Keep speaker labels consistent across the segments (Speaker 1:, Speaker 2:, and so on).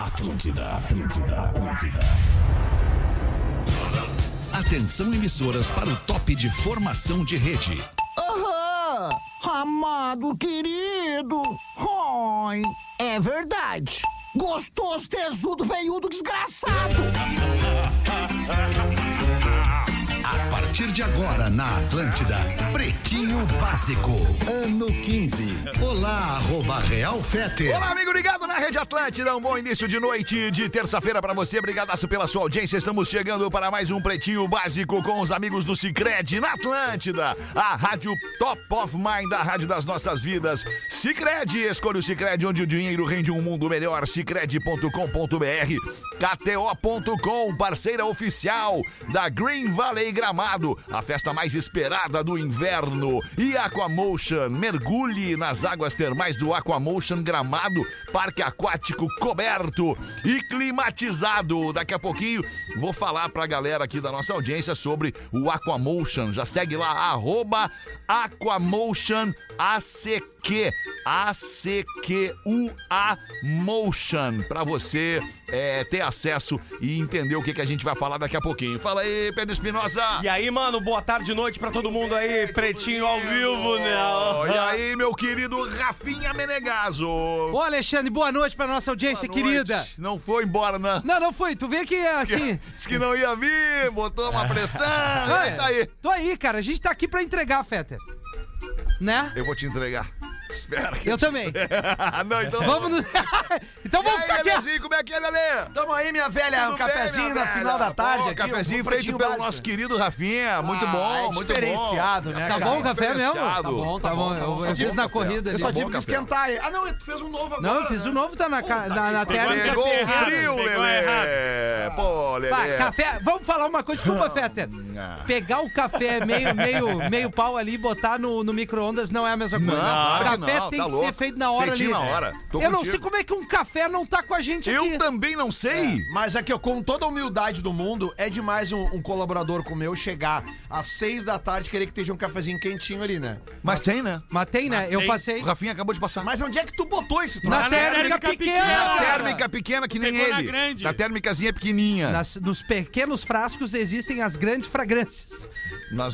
Speaker 1: Atlântida, Atlântida, Atlântida. Atenção emissoras para o top de formação de rede.
Speaker 2: Aham! Amado querido! Oi! É verdade! Gostoso, tesudo, veiudo, desgraçado!
Speaker 1: A partir de agora na Atlântida, Pretinho Básico, ano 15. Olá, arroba Real Fete.
Speaker 3: Olá, amigo ligado na Rede Atlântida. Um bom início de noite de terça-feira para você. Obrigadaço pela sua audiência. Estamos chegando para mais um Pretinho Básico com os amigos do Cicred na Atlântida. A rádio Top of Mind, a rádio das nossas vidas. Cicred, escolha o Cicred onde o dinheiro rende um mundo melhor. Cicred.com.br, KTO.com, parceira oficial da Green Valley Gramado, a festa mais esperada do inverno. E Aquamotion, mergulhe nas águas termais do Aquamotion Gramado, parque aquático coberto e climatizado. Daqui a pouquinho vou falar pra galera aqui da nossa audiência sobre o Aquamotion. Já segue lá, arroba Aquamotion ACQ. ACQUA Motion. Pra você é, ter acesso e entender o que, que a gente vai falar daqui a pouquinho. Fala aí, Pedro Espinosa.
Speaker 4: E aí, mano, boa tarde, noite pra todo mundo aí, pretinho ao vivo,
Speaker 3: Oh,
Speaker 4: né?
Speaker 3: E aí, meu querido Rafinha Menegaso?
Speaker 5: Ô, Alexandre, boa noite pra nossa audiência
Speaker 3: Boa
Speaker 5: querida.
Speaker 3: noite. Não foi embora, né?
Speaker 5: Não, não foi. Tu vê que assim.
Speaker 3: Disse que não ia vir, botou uma pressão.
Speaker 5: Ah,
Speaker 3: e tá aí.
Speaker 5: Tô aí, cara. A gente tá aqui pra entregar, Fetter. Né?
Speaker 3: Eu vou te entregar. Espera que
Speaker 5: Eu
Speaker 3: te-
Speaker 5: também.
Speaker 3: não, então.
Speaker 5: Vamos no... Então
Speaker 3: E
Speaker 5: vamos
Speaker 3: aí,
Speaker 5: ficar quietos.
Speaker 3: Lelezinho, como é que é, Lelê?
Speaker 4: Tamo aí, minha velha, um
Speaker 3: Tudo bem, minha velha? Pô,
Speaker 5: um
Speaker 3: cafezinho feito pelo nosso querido Rafinha. Muito
Speaker 5: Ah,
Speaker 3: bom,
Speaker 4: é
Speaker 3: muito bom.
Speaker 4: diferenciado, né,
Speaker 5: Tá
Speaker 4: cara?
Speaker 5: bom o café mesmo? Tá
Speaker 3: Diferenciado.
Speaker 5: bom, tá bom. Eu, eu fiz na corrida
Speaker 4: Eu
Speaker 5: ali.
Speaker 4: só
Speaker 3: bom
Speaker 4: tive que
Speaker 3: café.
Speaker 4: esquentar. Ah, não, tu fez um novo agora.
Speaker 5: Não, eu fiz o novo, tá na, ca- na, na térmica.
Speaker 3: Pegou
Speaker 6: Pegou errado,
Speaker 3: frio,
Speaker 6: pegou
Speaker 3: Lelê. Pô, Lelê.
Speaker 5: Pá, café. Vamos falar uma coisa, desculpa, Fetter.
Speaker 3: É. Ah.
Speaker 5: Pegar o café meio, meio, meio pau ali e botar no, no micro-ondas não é a mesma coisa.
Speaker 3: Não, claro que
Speaker 5: café
Speaker 3: não,
Speaker 5: tem
Speaker 3: tá
Speaker 5: que
Speaker 3: louco.
Speaker 5: ser feito na hora
Speaker 3: Feitinho
Speaker 5: ali.
Speaker 3: na hora. Tô
Speaker 5: Eu não
Speaker 3: contigo.
Speaker 5: sei como é que um café não tá com a gente
Speaker 3: Eu
Speaker 5: aqui. É.
Speaker 3: também não sei.
Speaker 4: Mas aqui, ó, com toda a humildade do mundo, é demais um, um colaborador como eu chegar às seis da tarde e querer que esteja um cafezinho quentinho ali, né?
Speaker 3: Mas tem, né?
Speaker 5: Matei, né? Eu
Speaker 6: tem.
Speaker 5: passei.
Speaker 3: O Rafinha acabou de passar.
Speaker 4: Mas onde é que tu botou isso?
Speaker 5: Na
Speaker 6: na
Speaker 5: térmica
Speaker 6: térmica
Speaker 5: pequena.
Speaker 6: pequena.
Speaker 3: Na
Speaker 5: cara.
Speaker 3: térmica pequena que nem
Speaker 6: pegou na
Speaker 3: ele.
Speaker 6: grande.
Speaker 3: Na térmicazinha pequenininha. Nas...
Speaker 5: Nas- nos pequenos frascos existem as grandes fragrâncias.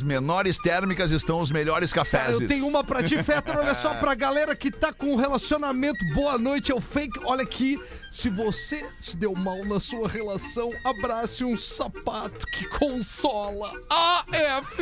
Speaker 3: menores térmicas estão os melhores cafés.
Speaker 5: Eu tenho uma pra ti, Fetter. Olha só, pra galera que tá com um relacionamento, boa noite, é o fake. Olha aqui, se você se deu mal na sua relação, abrace um sapato que consola. AF!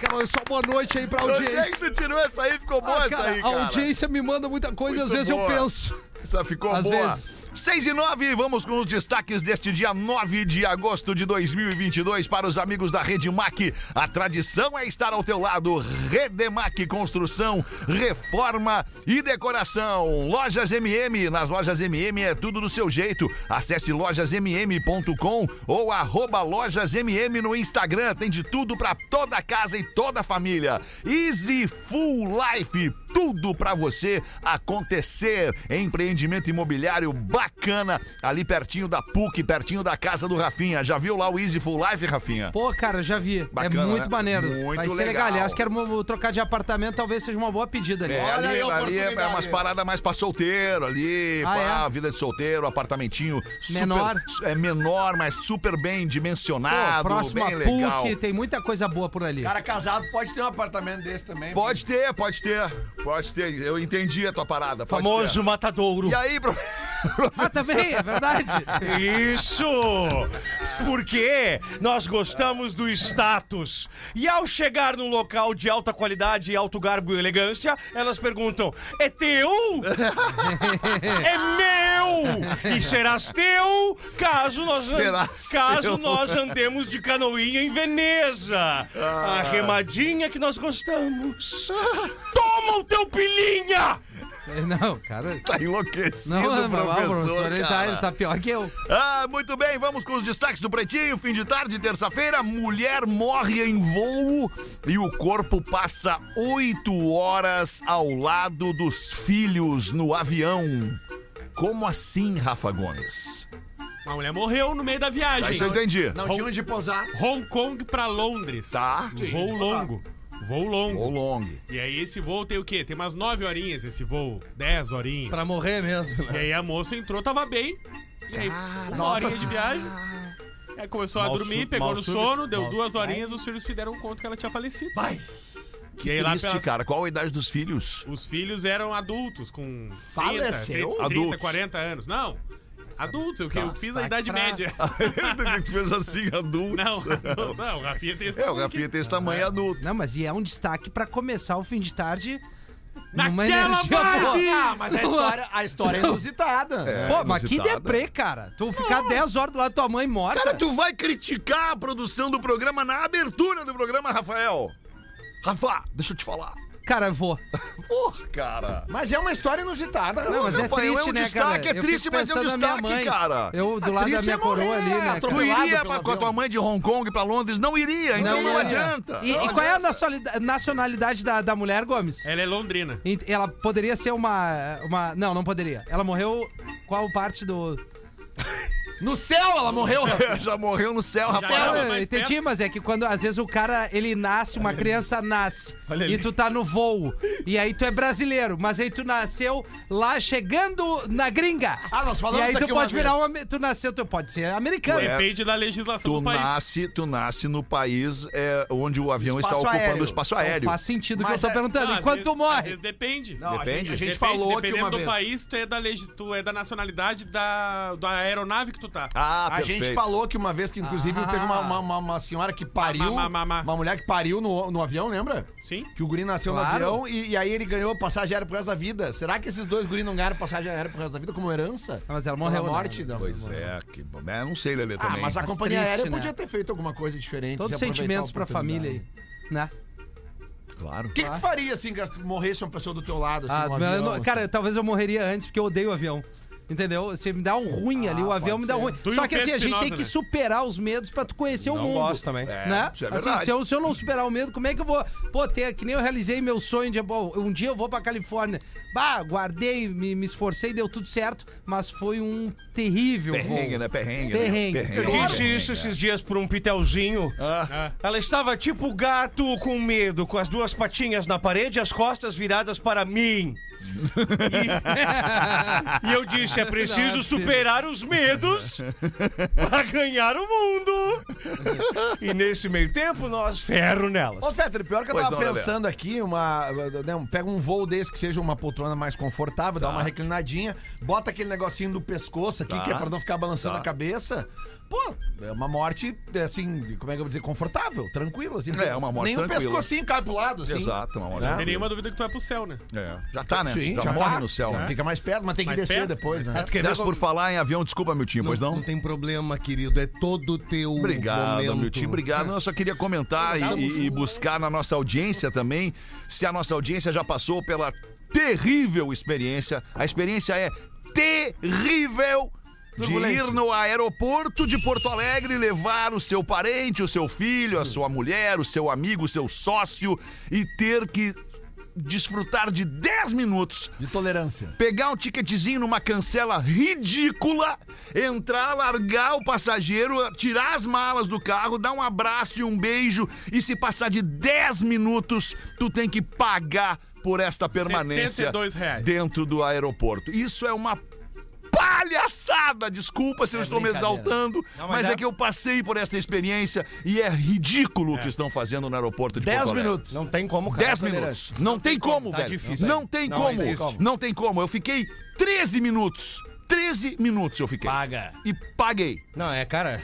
Speaker 5: Cara, olha só, boa noite aí pra
Speaker 3: Onde é que
Speaker 5: audiência.
Speaker 3: tu tirou essa aí? Ficou boa
Speaker 5: Ah,
Speaker 3: essa
Speaker 5: cara,
Speaker 3: aí,
Speaker 5: a
Speaker 3: cara.
Speaker 5: audiência me manda muita coisa e às
Speaker 3: Muito
Speaker 5: vezes
Speaker 3: boa.
Speaker 5: eu penso.
Speaker 3: Essa ficou
Speaker 5: Às
Speaker 3: boa.
Speaker 5: vezes.
Speaker 3: 6 e 9, vamos com os destaques deste dia 9 de agosto de 2022 para os amigos da Rede Mac. A tradição é estar ao teu lado. Redemac Construção, Reforma e Decoração. Lojas MM, nas lojas MM é tudo do seu jeito. Acesse lojasmm.com ou arroba lojasmm no Instagram. Tem de tudo para toda a casa e toda a família. Easy Full Life, tudo para você acontecer. Empreendimento imobiliário bacana, ali pertinho da PUC, pertinho da casa do Rafinha. Já viu lá o Easy Full Life, Rafinha?
Speaker 5: Pô, cara, já vi.
Speaker 3: Bacana,
Speaker 5: é muito
Speaker 3: né?
Speaker 5: maneiro.
Speaker 3: Muito
Speaker 5: Vai ser legal.
Speaker 3: legal.
Speaker 5: Aliás, quero mo- trocar de apartamento, talvez seja uma boa pedida ali.
Speaker 3: É,
Speaker 4: Olha aí
Speaker 3: ali,
Speaker 4: a
Speaker 3: ali é
Speaker 4: oportunidade.
Speaker 3: umas paradas mais pra solteiro, ali,
Speaker 5: Ah,
Speaker 3: pá,
Speaker 5: é?
Speaker 3: vida de solteiro, apartamentinho. super-
Speaker 5: Menor.
Speaker 3: é menor, mas super bem dimensionado,
Speaker 5: Pô, próximo
Speaker 3: Ah, bem
Speaker 5: a
Speaker 3: legal.
Speaker 5: PUC, tem muita coisa boa por ali.
Speaker 4: Cara casado pode ter um apartamento desse também.
Speaker 3: Pode ter, pode ter, pode ter. Eu entendi a tua parada. Pode
Speaker 6: Famoso matadouro.
Speaker 3: Ter. E aí, pro...
Speaker 5: Ah, também, é verdade.
Speaker 6: Isso! Porque nós gostamos do status. E ao chegar num local de alta qualidade, alto garbo e elegância, elas perguntam: é teu? é meu! E serás teu caso nós,
Speaker 3: Serás
Speaker 6: caso
Speaker 3: teu.
Speaker 6: nós andemos de canoinha em Veneza.
Speaker 3: Ah.
Speaker 6: A remadinha que nós gostamos. Toma o teu pilinha!
Speaker 5: Não, cara.
Speaker 3: tá enlouquecido,
Speaker 5: Não, mas
Speaker 3: professor.
Speaker 5: ah, o professor, ele tá,
Speaker 3: cara.
Speaker 5: ele tá pior que eu.
Speaker 3: Ah, muito bem, vamos com os destaques do Pretinho. Fim de tarde, terça-feira, mulher morre em voo e o corpo passa oito horas ao lado dos filhos no avião. Como assim, Rafa Gomes?
Speaker 7: Uma mulher morreu no meio da
Speaker 3: Aí
Speaker 7: viagem.
Speaker 3: isso eu entendi.
Speaker 4: Não tinha onde pousar.
Speaker 7: Hong Kong pra Londres.
Speaker 3: Tá.
Speaker 7: Um Voo longo.
Speaker 6: Voo longo.
Speaker 3: Ou long.
Speaker 6: E aí esse voo tem o quê? Tem umas 9 horinhas esse voo. 10 horinhas.
Speaker 4: Pra morrer mesmo, né?
Speaker 6: E aí a moça entrou, tava bem. E aí, uma horinha de viagem. Aí começou a
Speaker 8: Mal
Speaker 6: dormir,
Speaker 8: sú-
Speaker 6: pegou
Speaker 8: mal
Speaker 6: no
Speaker 8: súbito.
Speaker 6: sono, deu
Speaker 8: Mal-
Speaker 6: duas horinhas, os filhos se deram conta que ela tinha falecido.
Speaker 4: Vai!
Speaker 3: Que
Speaker 6: E aí lá
Speaker 3: triste,
Speaker 6: pelas-
Speaker 3: cara. Qual a idade dos filhos?
Speaker 6: Os filhos eram adultos, com 30,
Speaker 4: Faleceu?
Speaker 6: 30,
Speaker 3: Adultos.
Speaker 6: 40 anos. Não, adultos, eu, que eu fiz a idade média.
Speaker 3: tu fez assim, adultos.
Speaker 6: Não, adultos, não, o Rafinha tem esse
Speaker 3: É, o
Speaker 6: tamanho
Speaker 3: Rafinha tem esse tamanho adulto. né?
Speaker 5: Não, mas e é um destaque pra começar o fim de tarde numa
Speaker 6: Naquela
Speaker 5: energia
Speaker 6: vibe!
Speaker 5: boa.
Speaker 4: Ah, mas a história, a história é inusitada.
Speaker 3: É,
Speaker 5: Pô, mas que
Speaker 3: inusitada.
Speaker 5: deprê, cara. Tu ficar 10 horas do lado da tua mãe morta.
Speaker 3: Cara, tu vai criticar a produção do programa na abertura do programa, Rafael. Rafa, deixa eu te falar.
Speaker 5: Cara, eu vou.
Speaker 3: Porra, cara.
Speaker 4: Mas é uma história inusitada.
Speaker 5: Não, mas é
Speaker 3: Rafael, é
Speaker 5: triste,
Speaker 3: um
Speaker 5: né,
Speaker 3: destaque,
Speaker 5: cara?
Speaker 3: é
Speaker 5: Eu fico
Speaker 3: triste, mas é um
Speaker 5: pensando na minha
Speaker 3: destaque, cara.
Speaker 5: Eu do lado
Speaker 4: triste
Speaker 5: da
Speaker 3: um
Speaker 5: minha
Speaker 4: é
Speaker 5: coroa
Speaker 4: morrer,
Speaker 5: ali, né,
Speaker 4: atropelado.
Speaker 5: cara?
Speaker 3: Tu
Speaker 4: Atropelado
Speaker 3: iria
Speaker 4: pelo
Speaker 3: pra- com a
Speaker 4: avião.
Speaker 3: tua mãe de Hong Kong pra Londres? Não iria, então não,
Speaker 5: é.
Speaker 3: adianta.
Speaker 5: E,
Speaker 3: Não
Speaker 5: e qual é a
Speaker 3: adianta.
Speaker 5: nacionalidade, nacionalidade da, da mulher, Gomes?
Speaker 6: Ela é londrina.
Speaker 5: Ent- Ela poderia ser uma, uma. Não, não poderia. Ela morreu. Qual parte do.
Speaker 4: No céu ela morreu.
Speaker 3: Já morreu no céu,
Speaker 6: era,
Speaker 3: Rafael.
Speaker 6: mas
Speaker 5: Não, eu entendi, mas é que quando às vezes o cara ele nasce, uma criança nasce e tu tá no voo. E aí tu é brasileiro, mas aí tu nasceu lá chegando na gringa.
Speaker 4: Ah, nós falamos
Speaker 5: E aí
Speaker 4: isso
Speaker 5: tu
Speaker 4: aqui
Speaker 5: pode
Speaker 4: uma
Speaker 5: virar um. Tu nasceu, tu pode ser americano.
Speaker 3: Ué,
Speaker 6: Depende da legislação
Speaker 3: Tu
Speaker 6: do país.
Speaker 3: nasce, tu nasce no país é, onde o avião
Speaker 4: Espaço
Speaker 3: está ocupando
Speaker 4: aéreo.
Speaker 3: o espaço
Speaker 5: Então
Speaker 3: aéreo.
Speaker 5: faz sentido o que eu
Speaker 4: Mas
Speaker 5: tô
Speaker 4: é-
Speaker 5: perguntando.
Speaker 6: Não, às
Speaker 5: Enquanto
Speaker 6: vezes-
Speaker 5: tu
Speaker 6: às
Speaker 5: morre.
Speaker 6: vezes depende.
Speaker 3: Depende.
Speaker 4: A gente
Speaker 6: Depende,
Speaker 4: falou aqui
Speaker 6: dependendo
Speaker 4: uma
Speaker 6: do
Speaker 4: vez.
Speaker 6: país, tu é da, legi- tu é da nacionalidade da, da aeronave que tu tá.
Speaker 3: Ah,
Speaker 4: A gente falou que uma vez que, inclusive, teve uma, uma, uma- uma senhora que pariu.
Speaker 6: Ma, ma, ma, ma.
Speaker 4: Uma mulher que pariu no, no avião, lembra?
Speaker 6: Sim.
Speaker 4: Que o guri nasceu no
Speaker 5: Claro.
Speaker 4: avião e, e aí ele ganhou passagem aérea pro resto da vida. Será que esses dois guri não ganharam passagem aérea pro resto da vida como herança?
Speaker 5: Ah, mas ela morreu,
Speaker 4: Pela
Speaker 5: né?
Speaker 4: morte, não.
Speaker 3: Pois é, que bom. É, não sei, Lelê,
Speaker 4: Ah,
Speaker 3: também.
Speaker 4: mas a
Speaker 5: Mas
Speaker 4: companhia
Speaker 5: triste,
Speaker 4: aérea
Speaker 5: né?
Speaker 4: podia ter feito alguma coisa diferente.
Speaker 5: Todos os
Speaker 4: de aproveitar
Speaker 5: sentimentos
Speaker 4: a
Speaker 5: pra família aí. Né?
Speaker 3: Claro.
Speaker 4: O que, que tu faria, assim, cara, se morresse uma pessoa do teu lado, assim,
Speaker 5: Ah,
Speaker 4: no
Speaker 5: mas eu
Speaker 4: avião,
Speaker 5: não-
Speaker 4: assim?
Speaker 5: cara, talvez eu morreria antes, porque eu odeio o avião. Entendeu? Você me dá um ruim
Speaker 4: Ah,
Speaker 5: ali, o avião me dá um ruim.
Speaker 6: Tu e
Speaker 5: Só
Speaker 6: o
Speaker 5: que assim,
Speaker 6: Pedro
Speaker 5: a gente tem que
Speaker 6: Espinosa, né?
Speaker 5: superar os medos pra tu conhecer o
Speaker 8: Não
Speaker 5: mundo.
Speaker 8: gosto também.
Speaker 5: né?
Speaker 3: isso é
Speaker 5: assim,
Speaker 3: verdade.
Speaker 5: se eu, se eu não superar o medo, como é que eu vou? Pô, ter, que nem eu realizei meu sonho de bom, um dia eu vou pra Califórnia. Bah, guardei, me, me esforcei, deu tudo certo, mas foi um terrível
Speaker 3: Perrengue,
Speaker 5: voo.
Speaker 3: né? Perrengue. né?
Speaker 5: Perrengue.
Speaker 8: Eu disse isso
Speaker 3: perrengue,
Speaker 8: esses dias por um pitelzinho. Ela estava tipo gato com medo, com as duas patinhas na parede e as costas viradas para mim. E, e eu disse: é preciso
Speaker 5: Não, é possível.
Speaker 8: superar os medos para ganhar o mundo. E nesse meio tempo, nós ferro nelas.
Speaker 4: Ô, Fetter, pior que eu
Speaker 3: Pois
Speaker 4: tava
Speaker 3: não, Lelé.
Speaker 4: pensando aqui, uma, né, um- pega um voo desse que seja uma poltrona mais confortável, dá uma reclinadinha, bota aquele negocinho do pescoço aqui,
Speaker 3: Tá.
Speaker 4: que é pra não ficar balançando
Speaker 3: Tá.
Speaker 4: a cabeça. Pô, é uma morte, assim, como é que eu vou dizer, confortável, tranquila, assim.
Speaker 3: É, uma morte
Speaker 4: Nem
Speaker 3: tranquila.
Speaker 4: o pescocinho cai pro lado, assim.
Speaker 3: Exato, uma hora.
Speaker 6: Não tem nenhuma dúvida que tu vai pro céu, né?
Speaker 3: É. Já tá, né?
Speaker 4: Sim,
Speaker 3: já,
Speaker 4: já
Speaker 3: morre
Speaker 4: tá.
Speaker 3: no céu.
Speaker 4: Já
Speaker 3: né? um-
Speaker 4: Fica mais perto, mas tem que
Speaker 6: Mais
Speaker 4: descer
Speaker 6: perto,
Speaker 4: depois, né?
Speaker 3: Aliás, É, por falar em avião, desculpa, meu time, pois não?
Speaker 9: Não tem problema, querido. É todo teu
Speaker 3: Obrigado,
Speaker 9: momento.
Speaker 3: meu time. Obrigado. Não, Eu só queria comentar e- e, e buscar na nossa audiência também se a nossa audiência já passou pela terrível experiência. A experiência é terrível. De ir no aeroporto de Porto Alegre, levar o seu parente, o seu filho, a sua mulher, o seu amigo, o seu sócio e ter que desfrutar de 10 minutos
Speaker 4: De tolerância.
Speaker 3: pegar um ticketzinho numa cancela ridícula, entrar, largar o passageiro, tirar as malas do carro, dar um abraço e um beijo e se passar de 10 minutos, tu tem que pagar por esta permanência
Speaker 6: 72 reais.
Speaker 3: dentro do aeroporto. Isso é uma palhaçada, desculpa se eu estou me exaltando, mas é... que eu passei por esta experiência e é ridículo o que estão fazendo no aeroporto de
Speaker 4: 10
Speaker 3: Porto Alegre.
Speaker 4: minutos.
Speaker 8: Não tem como, cara.
Speaker 3: 10 minutos. Não, tem como,
Speaker 8: Tá
Speaker 3: velho.
Speaker 8: difícil.
Speaker 3: Não tem
Speaker 8: Não
Speaker 3: como.
Speaker 8: existe.
Speaker 3: Não tem como. Eu fiquei 13 minutos. 13 minutos eu fiquei.
Speaker 8: Paga.
Speaker 3: E paguei.
Speaker 8: Não, é, cara.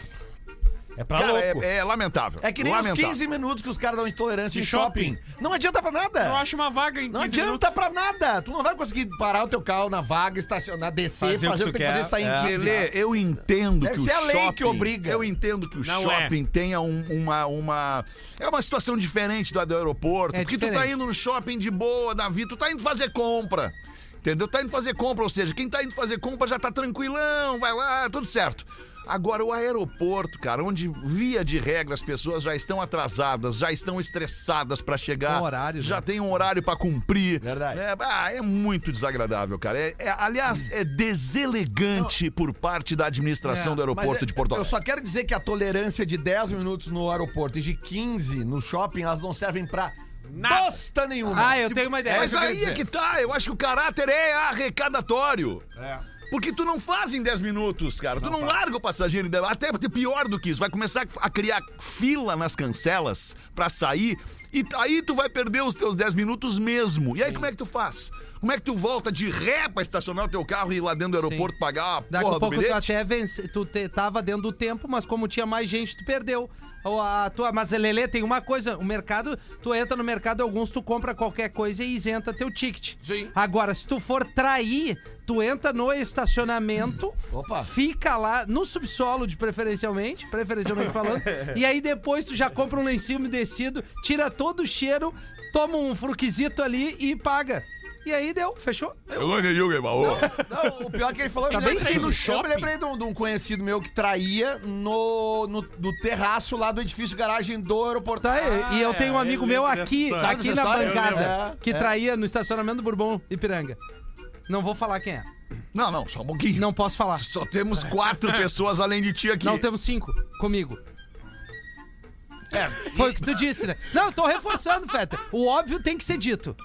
Speaker 8: É pra
Speaker 3: Cara,
Speaker 8: louco.
Speaker 3: é, é lamentável.
Speaker 4: É que nem os
Speaker 3: lamentável.
Speaker 4: 15 minutos que os caras dão de tolerância em
Speaker 6: De
Speaker 4: shopping.
Speaker 6: shopping.
Speaker 4: Não adianta pra nada.
Speaker 6: Eu acho uma vaga em 15
Speaker 4: Não adianta pra nada. Tu não vai conseguir parar o teu carro na vaga, estacionar, descer, fazer, o que tem que fazer, sair
Speaker 8: é.
Speaker 4: em 15.
Speaker 3: Lelê, eu entendo
Speaker 4: Deve
Speaker 3: que o
Speaker 4: ser a lei
Speaker 3: shopping.
Speaker 4: que obriga.
Speaker 3: Eu entendo que o
Speaker 6: Não é.
Speaker 3: shopping tenha um- uma, uma. É uma situação diferente da do aeroporto.
Speaker 5: É
Speaker 3: porque tu tá
Speaker 5: diferente.
Speaker 3: indo no shopping de boa, Davi, tu tá indo fazer compra. Entendeu? Tá indo fazer compra, ou seja, quem tá indo fazer compra já tá tranquilão, vai lá, tudo certo. Agora, o aeroporto, cara, onde via de regra as pessoas já estão atrasadas, já estão estressadas pra chegar.
Speaker 5: Tem horário, né?
Speaker 3: já tem um horário pra cumprir.
Speaker 4: Verdade.
Speaker 3: É, ah, é muito desagradável, cara. É, é, aliás, é deselegante por parte da administração do
Speaker 4: Mas
Speaker 3: aeroporto
Speaker 4: é-
Speaker 3: de Porto
Speaker 4: Eu
Speaker 3: Alegre.
Speaker 4: só quero dizer que a tolerância de 10 minutos no aeroporto e de 15 no shopping, elas não servem pra
Speaker 6: Nada.
Speaker 4: Bosta nenhuma.
Speaker 5: Ah, eu tenho uma ideia.
Speaker 3: Mas aí é que tá, eu acho que o caráter é arrecadatório.
Speaker 4: É.
Speaker 3: Porque tu não faz em 10 minutos, cara. tu não larga o passageiro em 10 Até ter pior do que isso. Vai começar a criar fila nas cancelas pra sair. E t- aí tu vai perder os teus 10 minutos mesmo. E aí como é que tu faz? Como é que tu volta de ré pra estacionar o teu carro e ir lá dentro do aeroporto pagar a
Speaker 5: Daqui
Speaker 3: porra
Speaker 5: a
Speaker 3: do
Speaker 5: pouco
Speaker 3: bilhete?
Speaker 5: tu até vence, tu te- tava dentro do tempo, mas como tinha mais gente, tu perdeu. Ou a tua, mas Lelê, tem uma coisa, o mercado, tu entra no mercado alguns, tu compra qualquer coisa e isenta teu ticket.
Speaker 4: Sim.
Speaker 5: Agora, se tu for trair, tu entra no estacionamento,
Speaker 3: Hum.
Speaker 4: Opa.
Speaker 5: fica lá no subsolo de preferencialmente, preferencialmente falando, e aí depois tu já compra um lencinho umedecido, tira todo o cheiro, toma um fruquizito ali e paga. E aí deu, fechou.
Speaker 3: Eu não entendi o que ele falou.
Speaker 4: Não, o pior é que ele falou
Speaker 5: Tá
Speaker 4: eu
Speaker 5: bem
Speaker 4: lembrei-
Speaker 5: simples.
Speaker 4: eu
Speaker 6: Shopping.
Speaker 4: me lembrei de um, de um conhecido meu que traía no, no, no terraço lá do edifício garagem do aeroporto.
Speaker 5: Tá, e- e eu
Speaker 8: é,
Speaker 5: tenho um amigo
Speaker 8: eu
Speaker 5: meu
Speaker 8: lembro
Speaker 5: aqui,
Speaker 8: dessa história.
Speaker 5: aqui
Speaker 4: Sabe
Speaker 5: na
Speaker 4: dessa história? Eu
Speaker 5: bancada,
Speaker 4: lembro.
Speaker 5: que
Speaker 4: É.
Speaker 5: traía no estacionamento do Bourbon Ipiranga. Não vou falar quem é.
Speaker 3: Não, não, só um pouquinho.
Speaker 5: Não posso falar.
Speaker 3: Só temos quatro pessoas além de ti aqui.
Speaker 5: Não temos cinco comigo. Foi o que tu disse, né? Não, eu tô reforçando, Feta. O óbvio tem que ser dito.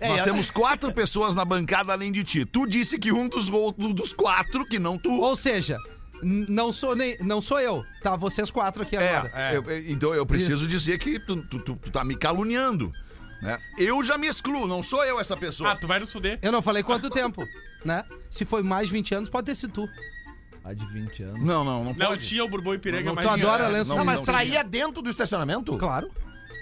Speaker 3: Nós temos quatro pessoas na bancada além de ti. Tu disse que um dos, gol- um dos quatro, que não tu.
Speaker 5: Ou seja, n- não sou nem, não sou eu, tá? Vocês quatro aqui agora.
Speaker 3: É, eu- eu- então eu preciso dizer que tu, tu, tu- tu tá me caluniando. Né? Eu já me excluo, não sou eu essa pessoa.
Speaker 6: Ah, tu vai nos fuder.
Speaker 5: Eu não falei quanto tempo, né? Se foi mais de 20 anos, pode ter sido tu.
Speaker 4: Há de 20 anos.
Speaker 3: Não, não, não
Speaker 6: Não
Speaker 3: pode.
Speaker 6: tinha o Bourbon Ipiranga,
Speaker 3: Não,
Speaker 4: tá.
Speaker 6: mas
Speaker 5: Tu
Speaker 6: tinha-
Speaker 5: adora lenço
Speaker 3: não,
Speaker 4: Não, mas
Speaker 5: umedecido.
Speaker 4: traía dentro do estacionamento?
Speaker 5: Claro.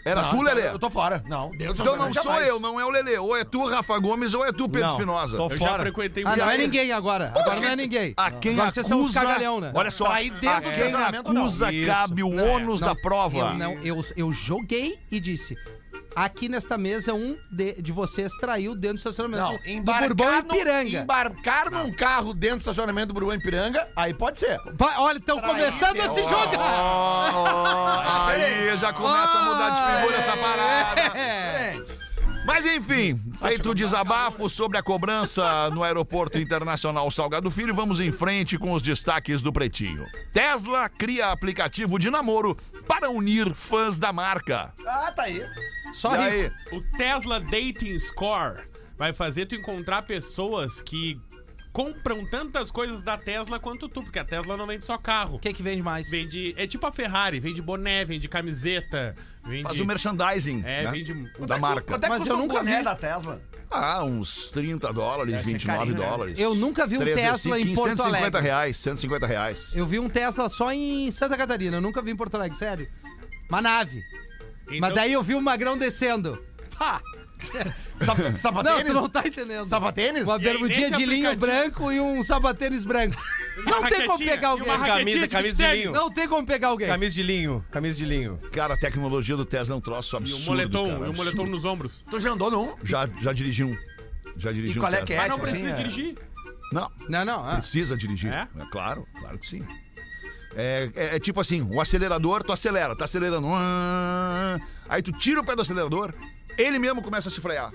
Speaker 3: Era tu, Lelê?
Speaker 4: Eu tô fora. Não, dentro do
Speaker 3: Então não
Speaker 4: estacionamento
Speaker 3: sou
Speaker 4: jamais.
Speaker 3: eu, não é o Lelê. Ou é tu, Rafa Gomes, ou é tu, Pedro
Speaker 8: Não,
Speaker 3: Espinosa.
Speaker 8: tô
Speaker 6: Eu já
Speaker 8: fora.
Speaker 6: frequentei
Speaker 5: Ah,
Speaker 6: muito.
Speaker 5: não é ninguém agora. Agora não é ninguém.
Speaker 3: A quem
Speaker 5: Agora vocês são os
Speaker 3: acusa-
Speaker 5: cagalhão, né?
Speaker 3: Olha só,
Speaker 4: Tá aí dentro
Speaker 3: a
Speaker 4: do
Speaker 3: quem
Speaker 4: treinamento, não.
Speaker 3: acusa
Speaker 6: Isso.
Speaker 3: cabe o
Speaker 6: Não,
Speaker 3: ônus da prova.
Speaker 5: Eu, não, eu, eu joguei e disse: aqui nesta mesa, um de, de vocês traiu dentro do
Speaker 4: Não,
Speaker 5: estacionamento. do
Speaker 4: embarcar,
Speaker 5: Bourbon e
Speaker 4: no-
Speaker 5: Piranga.
Speaker 4: embarcar num carro dentro do estacionamento do Bourbon e Piranga, aí pode ser.
Speaker 5: Olha, estão começando a se jogar!
Speaker 3: Ah, aí já começa a mudar de figura
Speaker 5: Ah,
Speaker 3: essa parada.
Speaker 5: É.
Speaker 3: Mas enfim, feito o desabafo sobre a cobrança no Aeroporto Internacional Salgado Filho, vamos em frente com os destaques do Pretinho. Tesla cria aplicativo de namoro para unir fãs da marca.
Speaker 4: Ah, tá aí.
Speaker 5: Só
Speaker 3: E
Speaker 5: rico.
Speaker 3: aí,
Speaker 6: O Tesla Dating Score vai fazer tu encontrar pessoas que compram tantas coisas da Tesla quanto tu, porque a Tesla não vende só carro.
Speaker 5: O que, que vende mais?
Speaker 6: Vende. É tipo a Ferrari, vende boné, vende camiseta, vende.
Speaker 3: faz o merchandising
Speaker 6: É,
Speaker 3: né,
Speaker 6: vende.
Speaker 3: da marca.
Speaker 4: Quanto é que
Speaker 5: Mas
Speaker 4: custa
Speaker 5: eu
Speaker 4: um
Speaker 5: nunca
Speaker 4: boné
Speaker 5: vi.
Speaker 4: da Tesla?
Speaker 3: Ah, uns 30 dólares, 29
Speaker 4: carinho, né?
Speaker 3: dólares.
Speaker 5: Eu nunca vi um
Speaker 3: 300,
Speaker 5: Tesla em Porto
Speaker 3: 150
Speaker 5: Alegre.
Speaker 3: reais, 150 reais.
Speaker 5: Eu vi um Tesla só em Santa Catarina, eu nunca vi em Porto Alegre, sério. Uma nave.
Speaker 6: Então-
Speaker 5: Mas daí eu vi o Magrão descendo. Pá! Não, tu não tá entendendo.
Speaker 4: Sapatênis?
Speaker 5: Uma
Speaker 6: E aí,
Speaker 5: bermudinha
Speaker 6: nesse
Speaker 5: de linho
Speaker 6: aplicativo-
Speaker 5: branco e um sapatênis branco. Não tem como
Speaker 6: raquetinha,
Speaker 5: pegar
Speaker 6: e
Speaker 5: alguém.
Speaker 6: uma raquetinha
Speaker 8: Camisa,
Speaker 6: de
Speaker 8: camisa de
Speaker 6: tênis.
Speaker 8: linho.
Speaker 5: Não tem como pegar alguém.
Speaker 8: Camisa de linho, camisa de linho.
Speaker 3: Cara, a tecnologia do Tesla é um troço
Speaker 6: E o
Speaker 3: absurdo.
Speaker 6: moletom,
Speaker 3: cara,
Speaker 6: e o moletom
Speaker 3: absurdo.
Speaker 6: nos ombros.
Speaker 4: Tu já andou num?
Speaker 3: Já, já dirigi um. Já dirigi
Speaker 4: E
Speaker 3: um
Speaker 4: qual é
Speaker 3: Tesla.
Speaker 4: que é?
Speaker 6: Mas não
Speaker 4: tipo
Speaker 6: precisa
Speaker 4: assim, é.
Speaker 6: dirigir.
Speaker 3: Não,
Speaker 5: Não, não. ah.
Speaker 3: Precisa dirigir.
Speaker 6: É?
Speaker 3: É? claro, claro que sim. É, é- é tipo assim, o acelerador, tu acelera, tá acelerando. Ah, Aí tu tira o pé do acelerador, ele mesmo começa a se frear.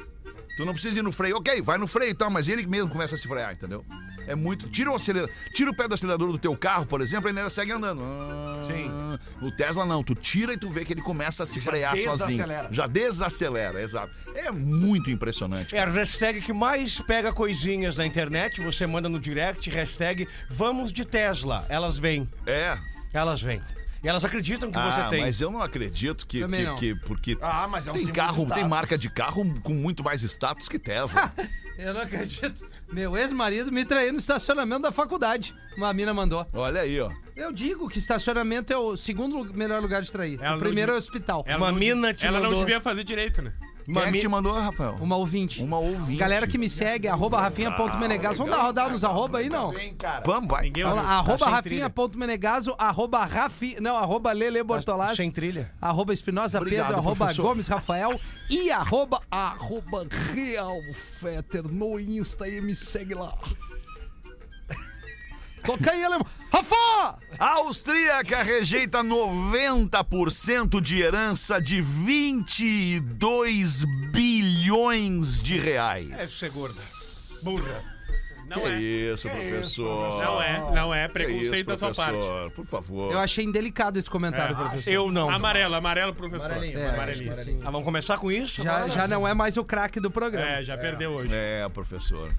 Speaker 3: Tu não precisa ir no freio, ok, vai no freio e tal, mas ele mesmo começa a se frear, entendeu? É muito. Tira o acelerador, tira o pé do acelerador do teu carro, por exemplo, ele ainda segue andando. Sim. O Tesla não, tu tira e tu vê que ele começa a se frear sozinho.
Speaker 4: desacelera.
Speaker 3: Já desacelera, exato. É muito impressionante.
Speaker 8: É a hashtag que mais pega coisinhas na internet, você manda no direct, hashtag vamos de Tesla. Elas vêm,
Speaker 3: É.
Speaker 8: elas vêm. E elas acreditam que
Speaker 3: Ah,
Speaker 8: você tem.
Speaker 3: mas eu não acredito que,
Speaker 5: Também
Speaker 3: que,
Speaker 5: não.
Speaker 3: que- porque
Speaker 4: Ah, mas é um
Speaker 3: tem
Speaker 4: símbolo
Speaker 3: carro,
Speaker 4: de
Speaker 3: tem
Speaker 4: status.
Speaker 3: marca de carro com muito mais status que Tesla.
Speaker 5: Eu não acredito. Meu ex-marido me traiu no estacionamento da faculdade. Uma mina mandou.
Speaker 3: Olha aí, ó. é
Speaker 5: Eu digo que estacionamento é o segundo lu- melhor lugar de trair.
Speaker 6: Ela
Speaker 5: o
Speaker 6: não
Speaker 5: primeiro é
Speaker 6: diz-
Speaker 5: o hospital.
Speaker 8: Uma
Speaker 6: não-
Speaker 8: mina te
Speaker 6: Ela não
Speaker 8: mandou.
Speaker 6: devia fazer direito, né?
Speaker 3: Quem é que te mandou, Rafael?
Speaker 5: Uma ouvinte.
Speaker 3: Uma ouvinte.
Speaker 5: Galera que me segue, arroba rafinha.menegaso. Vamos dar uma rodada nos arroba aí, não?
Speaker 4: Vem, cara.
Speaker 3: Vamos, vai.
Speaker 6: Ninguém
Speaker 5: Vamos
Speaker 6: ouviu.
Speaker 5: lá, arroba
Speaker 8: Tá sem trilha.
Speaker 5: rafinha.menegaso, arroba rafi... Não, arroba lele bortolassi.
Speaker 8: Sem trilha.
Speaker 5: Arroba Espinosa
Speaker 3: Obrigado,
Speaker 5: Pedro, arroba
Speaker 3: professor.
Speaker 5: Gomes Rafael e arroba...
Speaker 10: Arroba Real Fetter no Insta e me segue lá. Toca aí, alemão. Rafa!
Speaker 3: A austríaca rejeita 90% de herança de 22 bilhões de reais.
Speaker 6: Deve ser gorda. Burra. Não
Speaker 3: que
Speaker 6: é.
Speaker 3: isso, professor.
Speaker 6: Não é, não é.
Speaker 3: Que
Speaker 6: Preconceito
Speaker 3: isso,
Speaker 6: da sua parte.
Speaker 3: professor. Por favor.
Speaker 5: Eu achei indelicado esse comentário, professor.
Speaker 8: Eu não.
Speaker 6: Amarelo, amarelo, professor.
Speaker 4: Amarelinho,
Speaker 6: É, amarelinho.
Speaker 5: amarelinho.
Speaker 8: Ah, vamos começar com isso?
Speaker 5: Já, já não é mais o craque do programa.
Speaker 6: É, já perdeu hoje.
Speaker 3: É, professor.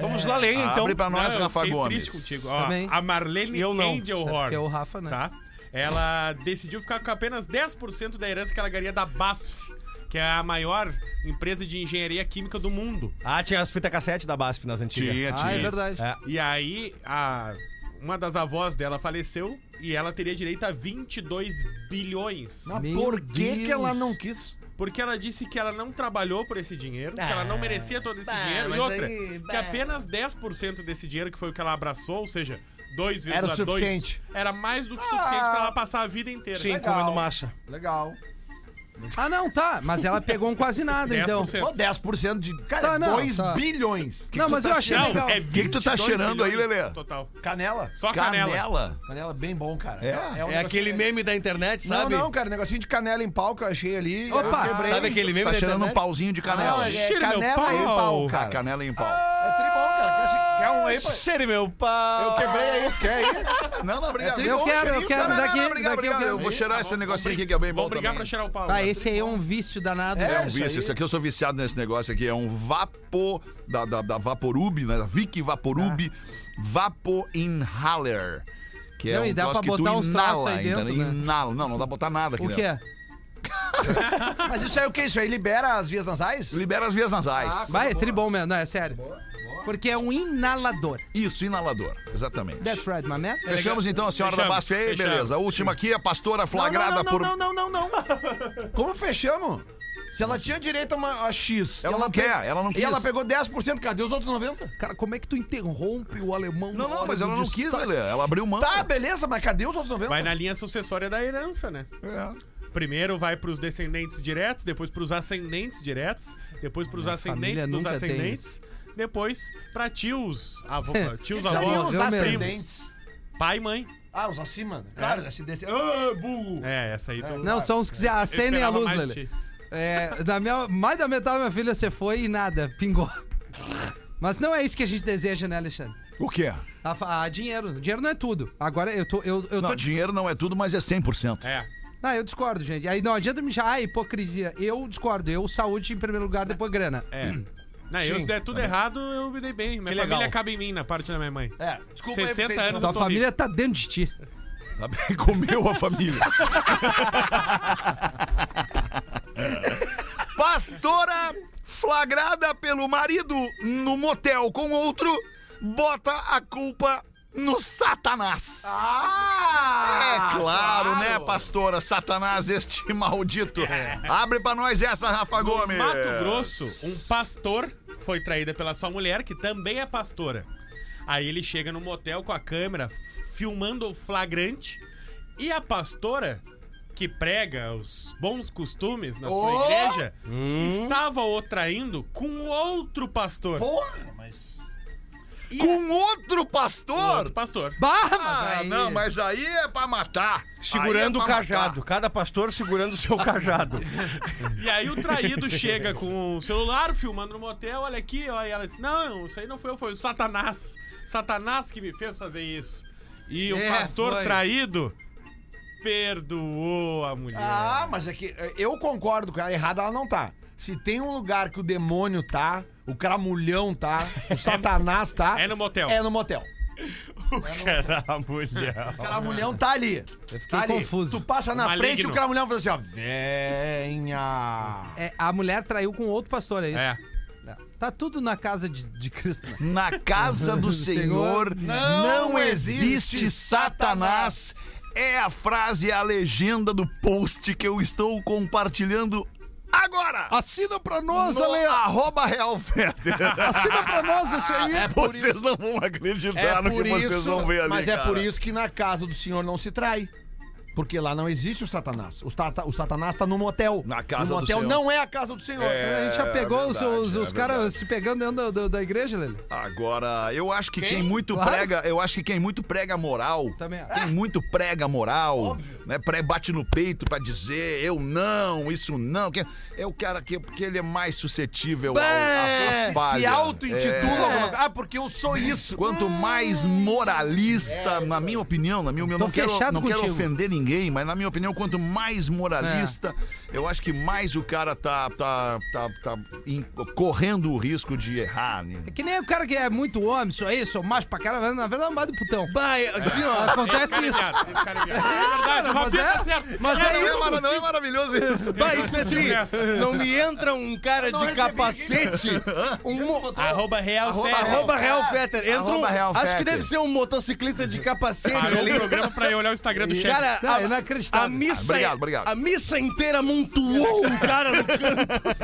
Speaker 8: Vamos lá ler, então.
Speaker 3: Abre pra nós,
Speaker 6: eu
Speaker 3: Rafa
Speaker 6: fiquei
Speaker 3: Gomes.
Speaker 6: triste contigo. Ó,
Speaker 5: Também.
Speaker 6: a Marlene
Speaker 8: Eu não.
Speaker 6: Angelhorn,
Speaker 5: É Porque o Rafa, né?
Speaker 6: tá? Ela decidiu ficar com apenas 10% da herança que ela ganharia da BASF, que é a maior empresa de engenharia química do mundo.
Speaker 8: Ah, tinha as fitas cassete da BASF nas antigas.
Speaker 3: Tinha,
Speaker 5: Ah, é
Speaker 3: tinha.
Speaker 5: verdade.
Speaker 8: É.
Speaker 6: E aí, a- uma das avós dela faleceu e ela teria direito a 22 bilhões.
Speaker 4: Mas
Speaker 5: Meu
Speaker 4: por que, que
Speaker 5: Deus.
Speaker 4: ela não quis?
Speaker 6: Porque ela disse que ela não trabalhou por esse dinheiro, que ela
Speaker 3: Ah,
Speaker 6: não merecia todo esse
Speaker 4: bah,
Speaker 6: dinheiro. E
Speaker 4: mas
Speaker 6: outra, Tá,
Speaker 4: aí,
Speaker 6: que
Speaker 4: bah.
Speaker 6: apenas 10% desse dinheiro, que foi o que ela abraçou, ou seja, 2,2%.
Speaker 4: Era o suficiente.
Speaker 6: Era mais do que suficiente
Speaker 4: Ah.
Speaker 6: pra ela passar a vida inteira.
Speaker 8: Sim,
Speaker 4: Legal.
Speaker 8: comendo massa.
Speaker 4: Legal.
Speaker 5: Ah, não, tá. Mas ela pegou um quase nada, então.
Speaker 6: 10%.
Speaker 4: Pô, 10% de.
Speaker 5: Tá,
Speaker 4: Cara,
Speaker 5: não,
Speaker 4: 2
Speaker 5: tá.
Speaker 4: bilhões. Que
Speaker 5: Não,
Speaker 4: tu
Speaker 5: mas
Speaker 4: tá
Speaker 5: eu achei
Speaker 4: achando?
Speaker 5: legal.
Speaker 3: que
Speaker 6: é
Speaker 3: que tu tá
Speaker 6: 22
Speaker 3: cheirando aí,
Speaker 6: bilhões
Speaker 3: Lelê?
Speaker 6: Total.
Speaker 4: Canela?
Speaker 6: Só canela.
Speaker 4: Canela bem bom, cara.
Speaker 3: É?
Speaker 4: um
Speaker 8: É aquele
Speaker 4: negocinho-
Speaker 8: meme da internet, sabe?
Speaker 4: Não, não, cara, negocinho de canela em pau que eu achei ali.
Speaker 5: Opa!
Speaker 4: eu quebrei.
Speaker 8: Sabe aquele meme
Speaker 3: Tá
Speaker 8: da
Speaker 3: cheirando um
Speaker 8: internet?
Speaker 3: pauzinho de canela.
Speaker 4: Não, é, é
Speaker 6: Cheira meu
Speaker 4: canela
Speaker 6: pau.
Speaker 4: em pau,
Speaker 3: Ah,
Speaker 4: cara.
Speaker 3: canela em pau.
Speaker 4: É tribom, cara. Quer- Quer um aí? pra-
Speaker 8: Cheire meu pau.
Speaker 4: Eu quebrei aí, quer aí?
Speaker 3: Não, não, obrigado.
Speaker 5: Eu quero, eu quero.
Speaker 3: Não, não, não,
Speaker 5: Daqui,
Speaker 3: obrigado,
Speaker 5: daqui eu
Speaker 3: obrigado. Eu
Speaker 5: quero.
Speaker 3: vou cheirar esse negocinho aqui que é bem bom
Speaker 6: Vamos brigar pra
Speaker 3: também.
Speaker 6: cheirar o pau.
Speaker 5: Ah, esse aí é um vício danado.
Speaker 3: É
Speaker 5: né?
Speaker 3: um
Speaker 4: isso aí.
Speaker 3: vício, isso aqui eu sou viciado nesse negócio aqui. É um vapo da, da, da Vaporub, né? Da Vic Vaporub
Speaker 4: É.
Speaker 3: Vapo Inhaler. Que é
Speaker 5: Não,
Speaker 3: um
Speaker 5: e dá
Speaker 3: troço
Speaker 5: pra
Speaker 3: que tu
Speaker 5: botar uns
Speaker 3: inala
Speaker 5: troços aí
Speaker 3: ainda,
Speaker 5: dentro, né?
Speaker 3: Inala. Não, não dá pra botar nada aqui
Speaker 5: O que
Speaker 3: dentro.
Speaker 5: é?
Speaker 4: Mas isso aí o que? é Isso aí libera as vias nasais?
Speaker 3: Libera as vias nasais.
Speaker 5: Vai, é tribom mesmo. Não, é sério. Porque é um inalador.
Speaker 3: Isso, inalador. Exatamente.
Speaker 5: That's right, my man.
Speaker 3: Fechamos então a senhora da
Speaker 6: Tá Fechamos,
Speaker 3: Basf aí,
Speaker 6: fechamos.
Speaker 3: beleza. A última aqui, a pastora
Speaker 4: Não, não,
Speaker 3: flagrada
Speaker 4: não,
Speaker 3: por.
Speaker 4: Não, não, não, não, não. Como fechamos? Se ela tinha direito a uma a X.
Speaker 3: Ela
Speaker 4: e
Speaker 3: não quer,
Speaker 4: pe-
Speaker 3: ela não
Speaker 4: E ela
Speaker 3: quis.
Speaker 4: pegou 10%, cadê os outros 90%?
Speaker 10: Cara, como é que tu interrompe o alemão?
Speaker 3: Não,
Speaker 10: na
Speaker 3: não,
Speaker 10: hora
Speaker 3: mas
Speaker 10: do
Speaker 3: ela não quis,
Speaker 10: destaque?
Speaker 3: Lelê. Ela abriu mão.
Speaker 4: Tá, beleza, mas cadê os outros 90%?
Speaker 6: Vai na linha sucessória da herança, né?
Speaker 3: É.
Speaker 6: Primeiro vai pros descendentes diretos, depois pros ascendentes diretos, depois pros ascendentes
Speaker 5: família
Speaker 6: dos
Speaker 5: nunca tem
Speaker 6: ascendentes, depois pra tios, avô, tios,
Speaker 5: Que seriam
Speaker 6: avós,
Speaker 5: É. os
Speaker 6: primos,
Speaker 4: ascendentes.
Speaker 6: pai e mãe.
Speaker 4: Ah, os acima. né? Claro, os ascendentes. Ah, burro.
Speaker 6: É, essa aí tu...
Speaker 5: Não, são os que se acendem a
Speaker 6: esperava
Speaker 5: luz,
Speaker 6: mais de
Speaker 5: Lele.
Speaker 6: ti.
Speaker 5: É, da minha, mais da metade da minha filha você foi e nada, pingou. Mas não é isso que a gente deseja, né, Alexandre?
Speaker 3: O quê?
Speaker 5: A, fa- ah, dinheiro. Dinheiro não é tudo. Agora eu tô. Eu, eu tô
Speaker 3: Não, dinheiro não é tudo, mas é 100%.
Speaker 6: É.
Speaker 5: Não, eu discordo, gente. Aí não adianta me chamar. Ah, hipocrisia. Eu discordo. Eu, saúde em primeiro lugar, depois grana.
Speaker 6: É. Não, eu, se der tudo errado, eu me dei bem. Minha
Speaker 8: Que legal.
Speaker 6: família cabe em mim, na parte da minha mãe.
Speaker 4: É, desculpa.
Speaker 6: 60
Speaker 4: aí,
Speaker 6: anos.
Speaker 5: Tua
Speaker 6: não tô
Speaker 5: família tá dentro de ti.
Speaker 3: Tá bem, Comeu a família. Pastora flagrada pelo marido no motel com outro, bota a culpa no Satanás. Ah! É claro, né, pastora? Satanás, este maldito. Abre pra nós essa, Rafa
Speaker 6: No
Speaker 3: Gomes.
Speaker 6: Mato Grosso, um pastor foi traído pela sua mulher, que também é pastora. Aí ele chega no motel com a câmera, filmando o flagrante, e a pastora, que prega os bons costumes na sua igreja, estava o traindo com outro pastor.
Speaker 4: Porra, mas...
Speaker 3: Com outro
Speaker 6: Outro
Speaker 3: pastor?
Speaker 6: pastor.
Speaker 5: Bah, mas
Speaker 3: Ah,
Speaker 5: aí-
Speaker 3: não, mas aí é pra matar.
Speaker 8: Segurando
Speaker 3: Aí é
Speaker 8: o
Speaker 3: pra
Speaker 8: cajado. Cada pastor segurando o seu cajado.
Speaker 6: E aí o traído chega com o celular, filmando no motel, olha aqui, ó, e ela diz, não, isso aí não foi eu, foi o Satanás. Satanás que me fez fazer isso. E o
Speaker 5: É,
Speaker 6: pastor
Speaker 5: foi.
Speaker 6: traído perdoou a mulher.
Speaker 4: Ah, mas é que é, eu concordo com ela. Errada ela não tá. Se tem um lugar que o demônio tá, o cramulhão tá, o satanás tá.
Speaker 6: é no motel.
Speaker 4: É no motel.
Speaker 8: Cara, a mulher.
Speaker 4: O cramulhão tá ali. Eu
Speaker 5: fiquei confuso.
Speaker 4: Tu passa na
Speaker 6: Maligno.
Speaker 4: frente e o cramulhão faz assim, ó. Venha.
Speaker 5: É, a mulher traiu com outro pastor, é isso?
Speaker 6: É.
Speaker 5: Tá tudo na casa de, de Cristo. né?
Speaker 3: Na casa do Senhor não, existe Satanás. É a frase, a legenda do post que eu estou compartilhando agora.
Speaker 10: Assina pra nós,
Speaker 3: No
Speaker 10: Ale.
Speaker 3: arroba Real É Fetter.
Speaker 10: Assina pra nós esse aí.
Speaker 3: Vocês não vão acreditar
Speaker 4: É
Speaker 3: no
Speaker 4: por
Speaker 3: que vocês
Speaker 4: isso,
Speaker 3: vão ver ali.
Speaker 4: mas é
Speaker 3: cara.
Speaker 4: por isso que na casa do senhor não se trai. Porque lá não existe o Satanás. O, tata, o Satanás tá no motel.
Speaker 3: Na casa
Speaker 4: no
Speaker 3: do
Speaker 4: motel
Speaker 3: Senhor.
Speaker 4: não é a casa do Senhor.
Speaker 3: É.
Speaker 4: É.
Speaker 5: A gente já pegou os-
Speaker 3: verdade,
Speaker 5: os,
Speaker 3: é
Speaker 5: os
Speaker 3: verdade.
Speaker 5: caras se pegando dentro da, da- da igreja, Lele.
Speaker 3: Agora, eu acho que quem, muito
Speaker 5: Claro.
Speaker 3: prega, eu acho que quem muito prega moral,
Speaker 5: Também acho.
Speaker 3: quem muito prega moral, né, pré bate no peito pra dizer eu não, isso não, que é o cara que porque ele é mais suscetível ao, à falha.
Speaker 4: É, se auto-intitula.
Speaker 3: É.
Speaker 4: alguma coisa. Ah, porque eu sou isso.
Speaker 3: Quanto mais moralista, na minha opinião, na minha eu não quero,
Speaker 5: fechado
Speaker 3: não quero
Speaker 5: contigo.
Speaker 3: ofender ninguém, mas na minha opinião, quanto mais moralista, eu acho que mais o cara tá, tá, tá, tá in- correndo o risco de errar. né?
Speaker 5: É que nem o cara que é muito homem, sou isso, sou macho pra caramba, na verdade é um baita do putão.
Speaker 8: Bah, é- assim, ó.
Speaker 5: Acontece
Speaker 6: Cara,
Speaker 5: isso.
Speaker 6: viado, esse cara é viado. É verdade,
Speaker 5: Cara,
Speaker 6: o
Speaker 5: mas
Speaker 6: Rafinha tá
Speaker 5: é-
Speaker 6: certo.
Speaker 5: Mas
Speaker 6: Cara,
Speaker 5: é
Speaker 6: eu-
Speaker 5: isso.
Speaker 3: Mara, não é maravilhoso isso?
Speaker 8: Bah, isso é tri. Não me entra um cara de capacete. Um mo-
Speaker 6: Arroba Real
Speaker 3: Arroba
Speaker 6: Ferro.
Speaker 8: Arroba Real Fetter. Entra um,
Speaker 3: Arroba Real
Speaker 8: acho que
Speaker 3: Fetter.
Speaker 8: deve ser um motociclista de capacete
Speaker 6: Parou
Speaker 8: ali.
Speaker 6: o programa pra eu olhar o Instagram do chefe.
Speaker 8: Cara,
Speaker 5: Não,
Speaker 8: a,
Speaker 5: é inacreditável.
Speaker 8: a missa,
Speaker 3: Obrigado, obrigado.
Speaker 8: a missa inteira amontoou o cara no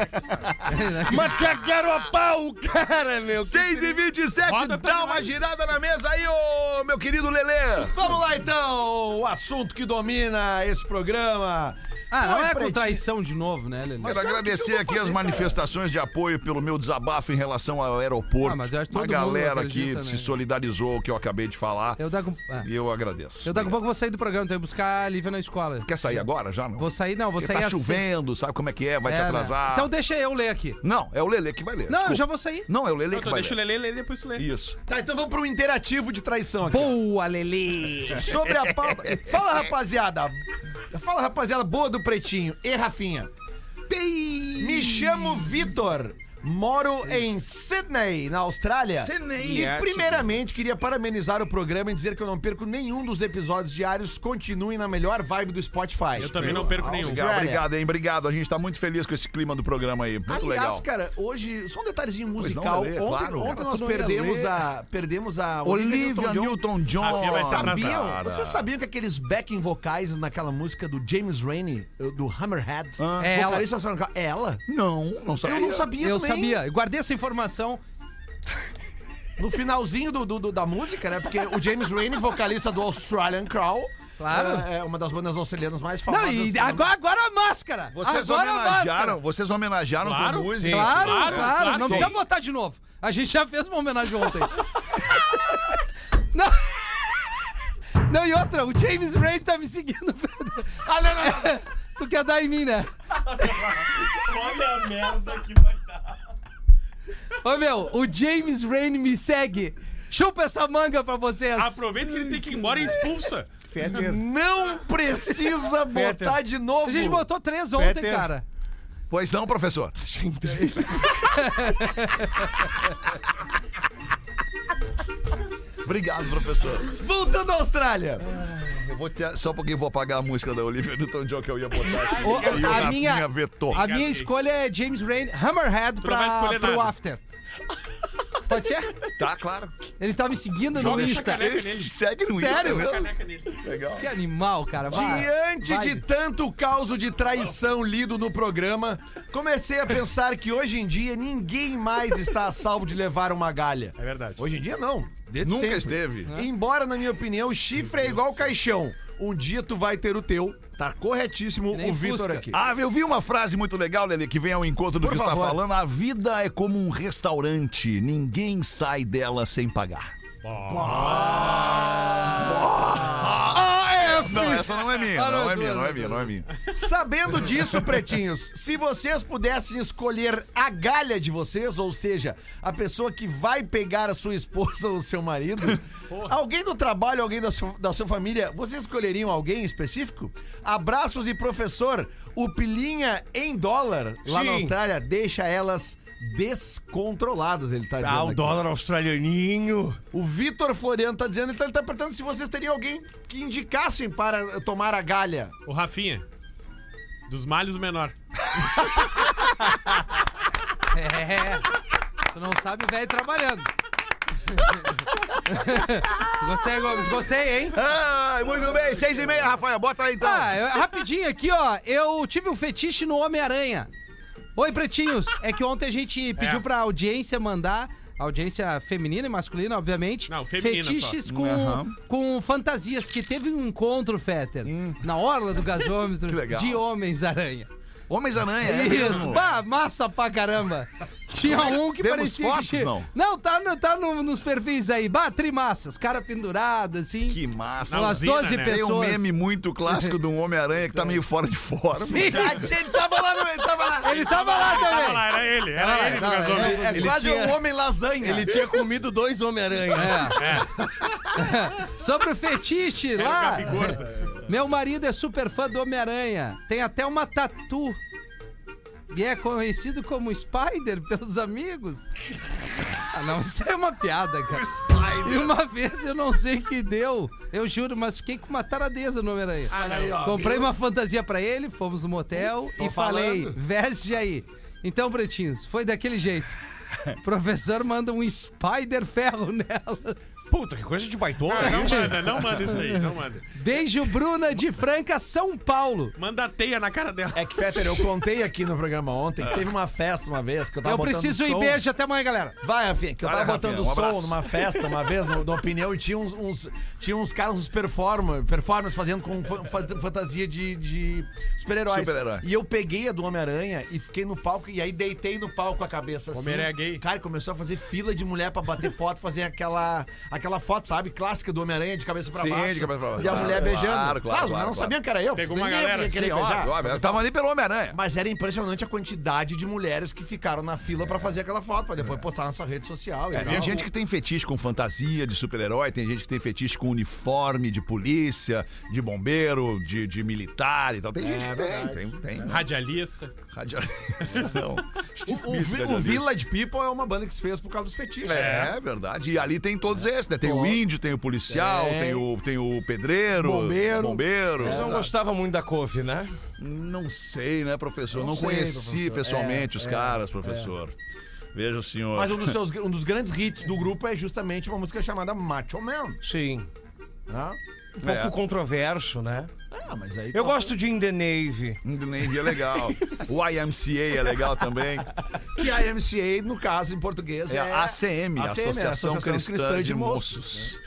Speaker 8: canto. Mas é cagaram a pau o cara, meu.
Speaker 3: 6 e 27,
Speaker 6: Roda pra
Speaker 3: dá uma girada na mesa aí, ô meu querido Lelê.
Speaker 4: Vamos lá então, o assunto que domina esse programa.
Speaker 5: Ah, não
Speaker 4: Oi,
Speaker 5: é
Speaker 4: Pretinho.
Speaker 5: com traição de novo, né, Lele?
Speaker 3: Quero agradecer aqui as manifestações de apoio pelo meu desabafo em relação ao aeroporto.
Speaker 5: Ah, mas eu acho que
Speaker 3: Uma
Speaker 5: todo mundo
Speaker 3: galera que
Speaker 5: acredita, né?
Speaker 3: se solidarizou ao que eu acabei de falar
Speaker 5: Eu daqui, a- ah,
Speaker 3: e eu agradeço.
Speaker 5: eu daqui a pouco vou sair do programa, então eu vou buscar a Lívia na escola.
Speaker 3: Quer sair agora já, não?
Speaker 5: Vou sair, não, vou
Speaker 3: Porque
Speaker 5: sair
Speaker 3: tá
Speaker 5: às seis-
Speaker 3: chovendo, sabe como é que é, vai
Speaker 5: assim. É,
Speaker 3: te
Speaker 5: né?
Speaker 3: atrasar.
Speaker 5: Então deixa eu ler aqui.
Speaker 3: Não, é o Lelê que vai ler.
Speaker 5: Não, eu
Speaker 3: desculpa.
Speaker 5: já vou sair.
Speaker 3: Não, é o Lelê que
Speaker 6: Então,
Speaker 3: vai
Speaker 6: deixa o
Speaker 3: ler.
Speaker 6: Lelê ler e depois tu lê.
Speaker 3: Isso.
Speaker 4: Tá, então vamos pro interativo de traição aqui.
Speaker 5: Boa, Lele!
Speaker 4: Sobre a pauta. Fala, rapaziada. Fala, rapaziada boa do Pretinho e Rafinha. Me chamo Vitor. Moro em Sydney, na Austrália.
Speaker 3: Sydney.
Speaker 4: E primeiramente queria parabenizar o programa e dizer que eu não perco nenhum dos episódios diários. Continuem na melhor vibe do Spotify.
Speaker 6: Eu também não perco nenhum.
Speaker 3: Obrigado, obrigado, hein? Obrigado. A gente tá muito feliz com esse clima do programa aí. Muito
Speaker 4: Aliás,
Speaker 3: legal.
Speaker 4: cara, hoje, só um detalhezinho
Speaker 3: não,
Speaker 4: musical.
Speaker 3: Lelê,
Speaker 4: ontem
Speaker 3: claro.
Speaker 4: ontem
Speaker 3: Cara,
Speaker 4: nós
Speaker 5: não ia
Speaker 4: perdemos
Speaker 5: ler.
Speaker 4: a, perdemos a
Speaker 3: Olivia Newton-John.
Speaker 6: Rafinha vai se atrasar.
Speaker 4: Sabiam,
Speaker 3: Cara.
Speaker 4: vocês sabiam que aqueles backing vocais naquela música do James Rainey, do Hammerhead,
Speaker 3: Ah.
Speaker 5: É ela.
Speaker 4: vocalista nacional- é ela?
Speaker 3: Não, não sabia.
Speaker 4: Eu não sabia
Speaker 5: Eu
Speaker 4: também.
Speaker 5: sabia, eu guardei essa informação.
Speaker 4: No finalzinho do, do- do- da música, né? Porque o James Rainey, vocalista do Australian Crow,
Speaker 5: Claro.
Speaker 4: é, é uma das bandas australianas mais
Speaker 5: Não,
Speaker 4: famosas.
Speaker 5: e agora, agora a máscara!
Speaker 3: Vocês
Speaker 5: agora a máscara!
Speaker 3: homenagearam, vocês homenagearam
Speaker 6: Claro,
Speaker 3: com música.
Speaker 6: sim.
Speaker 5: Claro,
Speaker 6: Claro,
Speaker 5: claro,
Speaker 6: claro,
Speaker 5: não
Speaker 6: sim.
Speaker 5: precisa botar de novo. A gente já fez uma homenagem ontem. não. não, e outra, o James Ray tá me seguindo. Pedro. ah, não, não, não. Tu quer dar em mim, né?
Speaker 6: Olha a merda que vai dar.
Speaker 5: Ô meu, o James Rain me segue. Chupa essa manga pra vocês.
Speaker 6: Aproveita que ele tem que ir embora e expulsa.
Speaker 4: Não precisa botar de novo.
Speaker 5: A gente botou três ontem,
Speaker 4: Peter.
Speaker 5: cara.
Speaker 3: Pois não, professor. Obrigado, professor.
Speaker 4: Voltando à Austrália.
Speaker 3: Eu vou ter, só porque eu vou apagar a música da Olivia Newton-John que eu ia botar aqui.
Speaker 5: Ô,
Speaker 3: e o
Speaker 5: a
Speaker 3: Rafinha
Speaker 5: minha-
Speaker 3: vetou.
Speaker 5: A minha escolha é James Rain Hammerhead
Speaker 6: não vai
Speaker 5: pra,
Speaker 6: escolher
Speaker 5: pro
Speaker 6: nada.
Speaker 5: After. Pode ser?
Speaker 3: Tá, claro.
Speaker 5: Ele tá me seguindo no
Speaker 6: Joga essa
Speaker 5: Insta.
Speaker 6: caneca
Speaker 3: Ele
Speaker 6: nele.
Speaker 3: segue no
Speaker 5: Sério?
Speaker 3: Insta, né?
Speaker 6: Caneca nele.
Speaker 3: Legal.
Speaker 5: Que animal, cara. Vai.
Speaker 4: Diante
Speaker 5: vai.
Speaker 4: de tanto caso de traição lido no programa, comecei a pensar que hoje em dia ninguém mais está a salvo de levar uma galha.
Speaker 6: É verdade.
Speaker 4: Hoje em dia não. Desde
Speaker 3: Nunca
Speaker 4: sempre.
Speaker 3: esteve.
Speaker 4: Embora, na minha opinião, o chifre é igual caixão. Um dia tu vai ter o teu. Tá corretíssimo
Speaker 5: nem
Speaker 4: o Vitor
Speaker 5: Fusca.
Speaker 4: aqui.
Speaker 3: Ah, eu vi uma frase muito legal, Lele, que vem ao encontro do
Speaker 4: Por
Speaker 3: que tu tá
Speaker 4: favor.
Speaker 3: falando. A vida é como um restaurante, ninguém sai dela sem pagar.
Speaker 5: AF!
Speaker 3: Não, essa não é minha,
Speaker 5: Ah,
Speaker 3: não
Speaker 5: não,
Speaker 3: é
Speaker 5: tu-
Speaker 3: minha, não é minha, não é minha.
Speaker 4: Sabendo disso, pretinhos, se vocês pudessem escolher a galha de vocês, ou seja, a pessoa que vai pegar a sua esposa ou o seu marido, alguém do trabalho, alguém da, su- da sua família, vocês escolheriam alguém em específico? Abraços e professor, o Pilinha em dólar, lá na
Speaker 8: Sim.
Speaker 4: Austrália, deixa elas descontroladas, ele tá dizendo.
Speaker 8: Ah, o
Speaker 4: aqui.
Speaker 8: dólar australianinho.
Speaker 4: O Vitor Floriano tá dizendo, então ele tá perguntando se vocês teriam alguém que indicassem para tomar a galha.
Speaker 6: O Rafinha. Dos malhos o menor.
Speaker 5: É. Tu não sabe, velho, trabalhando. gostei, Gomes. Gostei, hein?
Speaker 3: Ah, muito bem, seis e meia, Rafael, bota aí então.
Speaker 5: Ah, eu- rapidinho aqui, ó. Eu tive um
Speaker 6: É.
Speaker 5: fetiche no Homem-Aranha. Oi, pretinhos. É que ontem a gente pediu pra audiência mandar audiência feminina e masculina, obviamente.
Speaker 6: Não, feminina só.
Speaker 5: Fetiches com,
Speaker 11: Aham.
Speaker 5: com fantasias, porque teve um encontro, Fetter, na orla do gasômetro
Speaker 3: Hum. Que legal.
Speaker 5: de Homens-Aranha.
Speaker 3: Homens-Aranha, é
Speaker 5: Isso,
Speaker 3: mesmo?
Speaker 5: bah, massa pra caramba. Tinha um que
Speaker 3: Temos
Speaker 5: parecia
Speaker 3: fotos,
Speaker 5: que tinha-
Speaker 3: não?
Speaker 5: tá, no- tá no- nos perfis aí. Bah, trimassa. Os caras pendurados, assim.
Speaker 3: Que massa.
Speaker 5: umas
Speaker 6: usina,
Speaker 5: 12
Speaker 6: né?
Speaker 3: Tem um
Speaker 5: pessoas.
Speaker 3: meme muito clássico de um Homem-Aranha que tá meio fora de forma.
Speaker 5: Sim.
Speaker 4: Ele tava lá, no, ele tava lá.
Speaker 5: Ele tava lá
Speaker 6: Tava
Speaker 5: também.
Speaker 6: lá, era ele, era
Speaker 5: Tava lá,
Speaker 6: ele
Speaker 5: tava
Speaker 6: no
Speaker 5: lá,
Speaker 6: gasômetro.
Speaker 4: É, é quase um homem lasanha.
Speaker 9: Ele tinha comido dois Homem-Aranha.
Speaker 5: É. Sobre o fetiche lá. Meu marido é super fã do Homem-Aranha. Tem até uma tatu. E é conhecido como Spider pelos amigos. Ah, não, isso é uma piada, cara. E uma vez eu não sei o que deu. Eu juro, mas fiquei com uma taradeza no Homem-Aranha. Comprei uma fantasia pra ele, fomos no motel e falei: veste aí. Então, pretinhos, foi daquele jeito. O professor manda um Spider ferro nela.
Speaker 8: Puta, que coisa de baitola.
Speaker 6: Ah, não manda, não manda isso aí, não manda.
Speaker 5: Beijo, Bruna de Franca, São Paulo.
Speaker 6: Manda a teia na cara dela.
Speaker 4: É que, Fetter, eu contei aqui no programa ontem que teve uma festa uma vez que eu tava
Speaker 5: Eu
Speaker 4: Tá botando
Speaker 5: preciso ir.
Speaker 4: som.
Speaker 5: Beijo, até amanhã, galera.
Speaker 4: Vai, Rafinha, que eu
Speaker 3: Vai,
Speaker 4: tava
Speaker 3: Rafinha,
Speaker 4: botando
Speaker 3: um
Speaker 4: som
Speaker 3: abraço.
Speaker 4: numa festa uma vez no, no pneu e tinha uns, uns- tinha uns caras, uns performers, performers fazendo com fa- fa- fantasia de, de super-heróis.
Speaker 3: Super-herói.
Speaker 4: e eu peguei a do Homem-Aranha e fiquei no palco e aí deitei no palco a cabeça assim.
Speaker 6: Homem-Aranha gay.
Speaker 4: Cara, começou a fazer fila de mulher pra bater foto, fazer aquela, aquela foto, sabe, clássica do Homem-Aranha de cabeça pra
Speaker 3: Sim,
Speaker 4: baixo.
Speaker 3: de cabeça pra baixo.
Speaker 4: E a mulher
Speaker 3: Claro, claro,
Speaker 4: beijando. Ah,
Speaker 3: claro,
Speaker 4: Mas não
Speaker 3: claro.
Speaker 4: sabiam que era eu.
Speaker 6: Pegou
Speaker 4: porque
Speaker 6: uma
Speaker 4: ninguém
Speaker 6: galera,
Speaker 4: ia querer
Speaker 3: Sim,
Speaker 4: beijar.
Speaker 3: óbvio, óbvio. Tava ali tá pelo Homem-Aranha.
Speaker 4: Mas era impressionante a quantidade de mulheres que ficaram na fila pra fazer aquela foto, pra depois postar na sua rede social. e
Speaker 3: É,
Speaker 4: tal.
Speaker 3: tem gente que tem fetiche com fantasia de super-herói, tem gente que tem fetiche com uniforme de polícia, de bombeiro, de, de militar e tal.
Speaker 4: É
Speaker 3: Tem gente que tem, tem, tem. né?
Speaker 6: Radialista. Tá
Speaker 3: Radialista, não.
Speaker 4: O, o,
Speaker 3: é Difícil
Speaker 4: Vi- o
Speaker 3: radialista.
Speaker 4: Village People é uma banda que se fez por causa dos fetiches. né?
Speaker 3: É, é verdade. E ali tem todos
Speaker 4: É.
Speaker 3: esses, né? Tem o índio, tem o policial,
Speaker 4: Tem.
Speaker 3: tem, o, tem o
Speaker 4: É.
Speaker 3: pedreiro.
Speaker 4: Bombeiro.
Speaker 3: Bombeiro. Ah,
Speaker 8: Mas não gostava muito da Kofi, né?
Speaker 3: Não sei, né, professor? Não,
Speaker 4: sei,
Speaker 3: conheci
Speaker 4: professor.
Speaker 3: pessoalmente
Speaker 4: É,
Speaker 3: os
Speaker 4: é,
Speaker 3: caras, professor. Veja o senhor.
Speaker 4: Mas um dos, seus, um dos grandes hits do grupo é justamente uma música chamada Macho Man.
Speaker 8: Sim.
Speaker 4: né?
Speaker 8: Um pouco
Speaker 3: É.
Speaker 8: controverso, né?
Speaker 4: Ah, mas aí.
Speaker 8: Eu gosto de In The Nave.
Speaker 3: The Navy é legal. O YMCA é legal também.
Speaker 4: que é a MCA, no caso, em português,
Speaker 3: É
Speaker 4: é.
Speaker 3: a
Speaker 4: ACM,
Speaker 3: ACM, Associação,
Speaker 4: Associação
Speaker 3: Cristã,
Speaker 4: Cristã
Speaker 3: de,
Speaker 4: de
Speaker 3: Moços.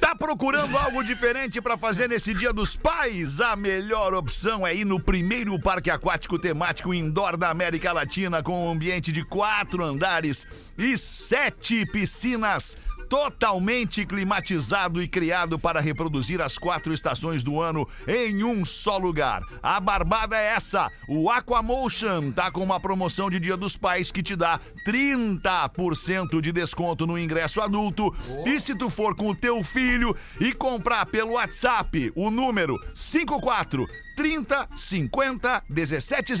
Speaker 3: Tá procurando algo diferente pra fazer nesse Dia dos Pais? A melhor opção é ir no primeiro parque aquático temático indoor da América Latina com um ambiente de quatro andares e sete piscinas. Totalmente climatizado e criado para reproduzir as quatro estações do ano em um só lugar. A barbada é essa: o Aquamotion tá com uma promoção de Dia dos Pais que te dá 30% de desconto no ingresso adulto. E se tu for com o teu filho e comprar pelo WhatsApp o número 54 30 50 1700.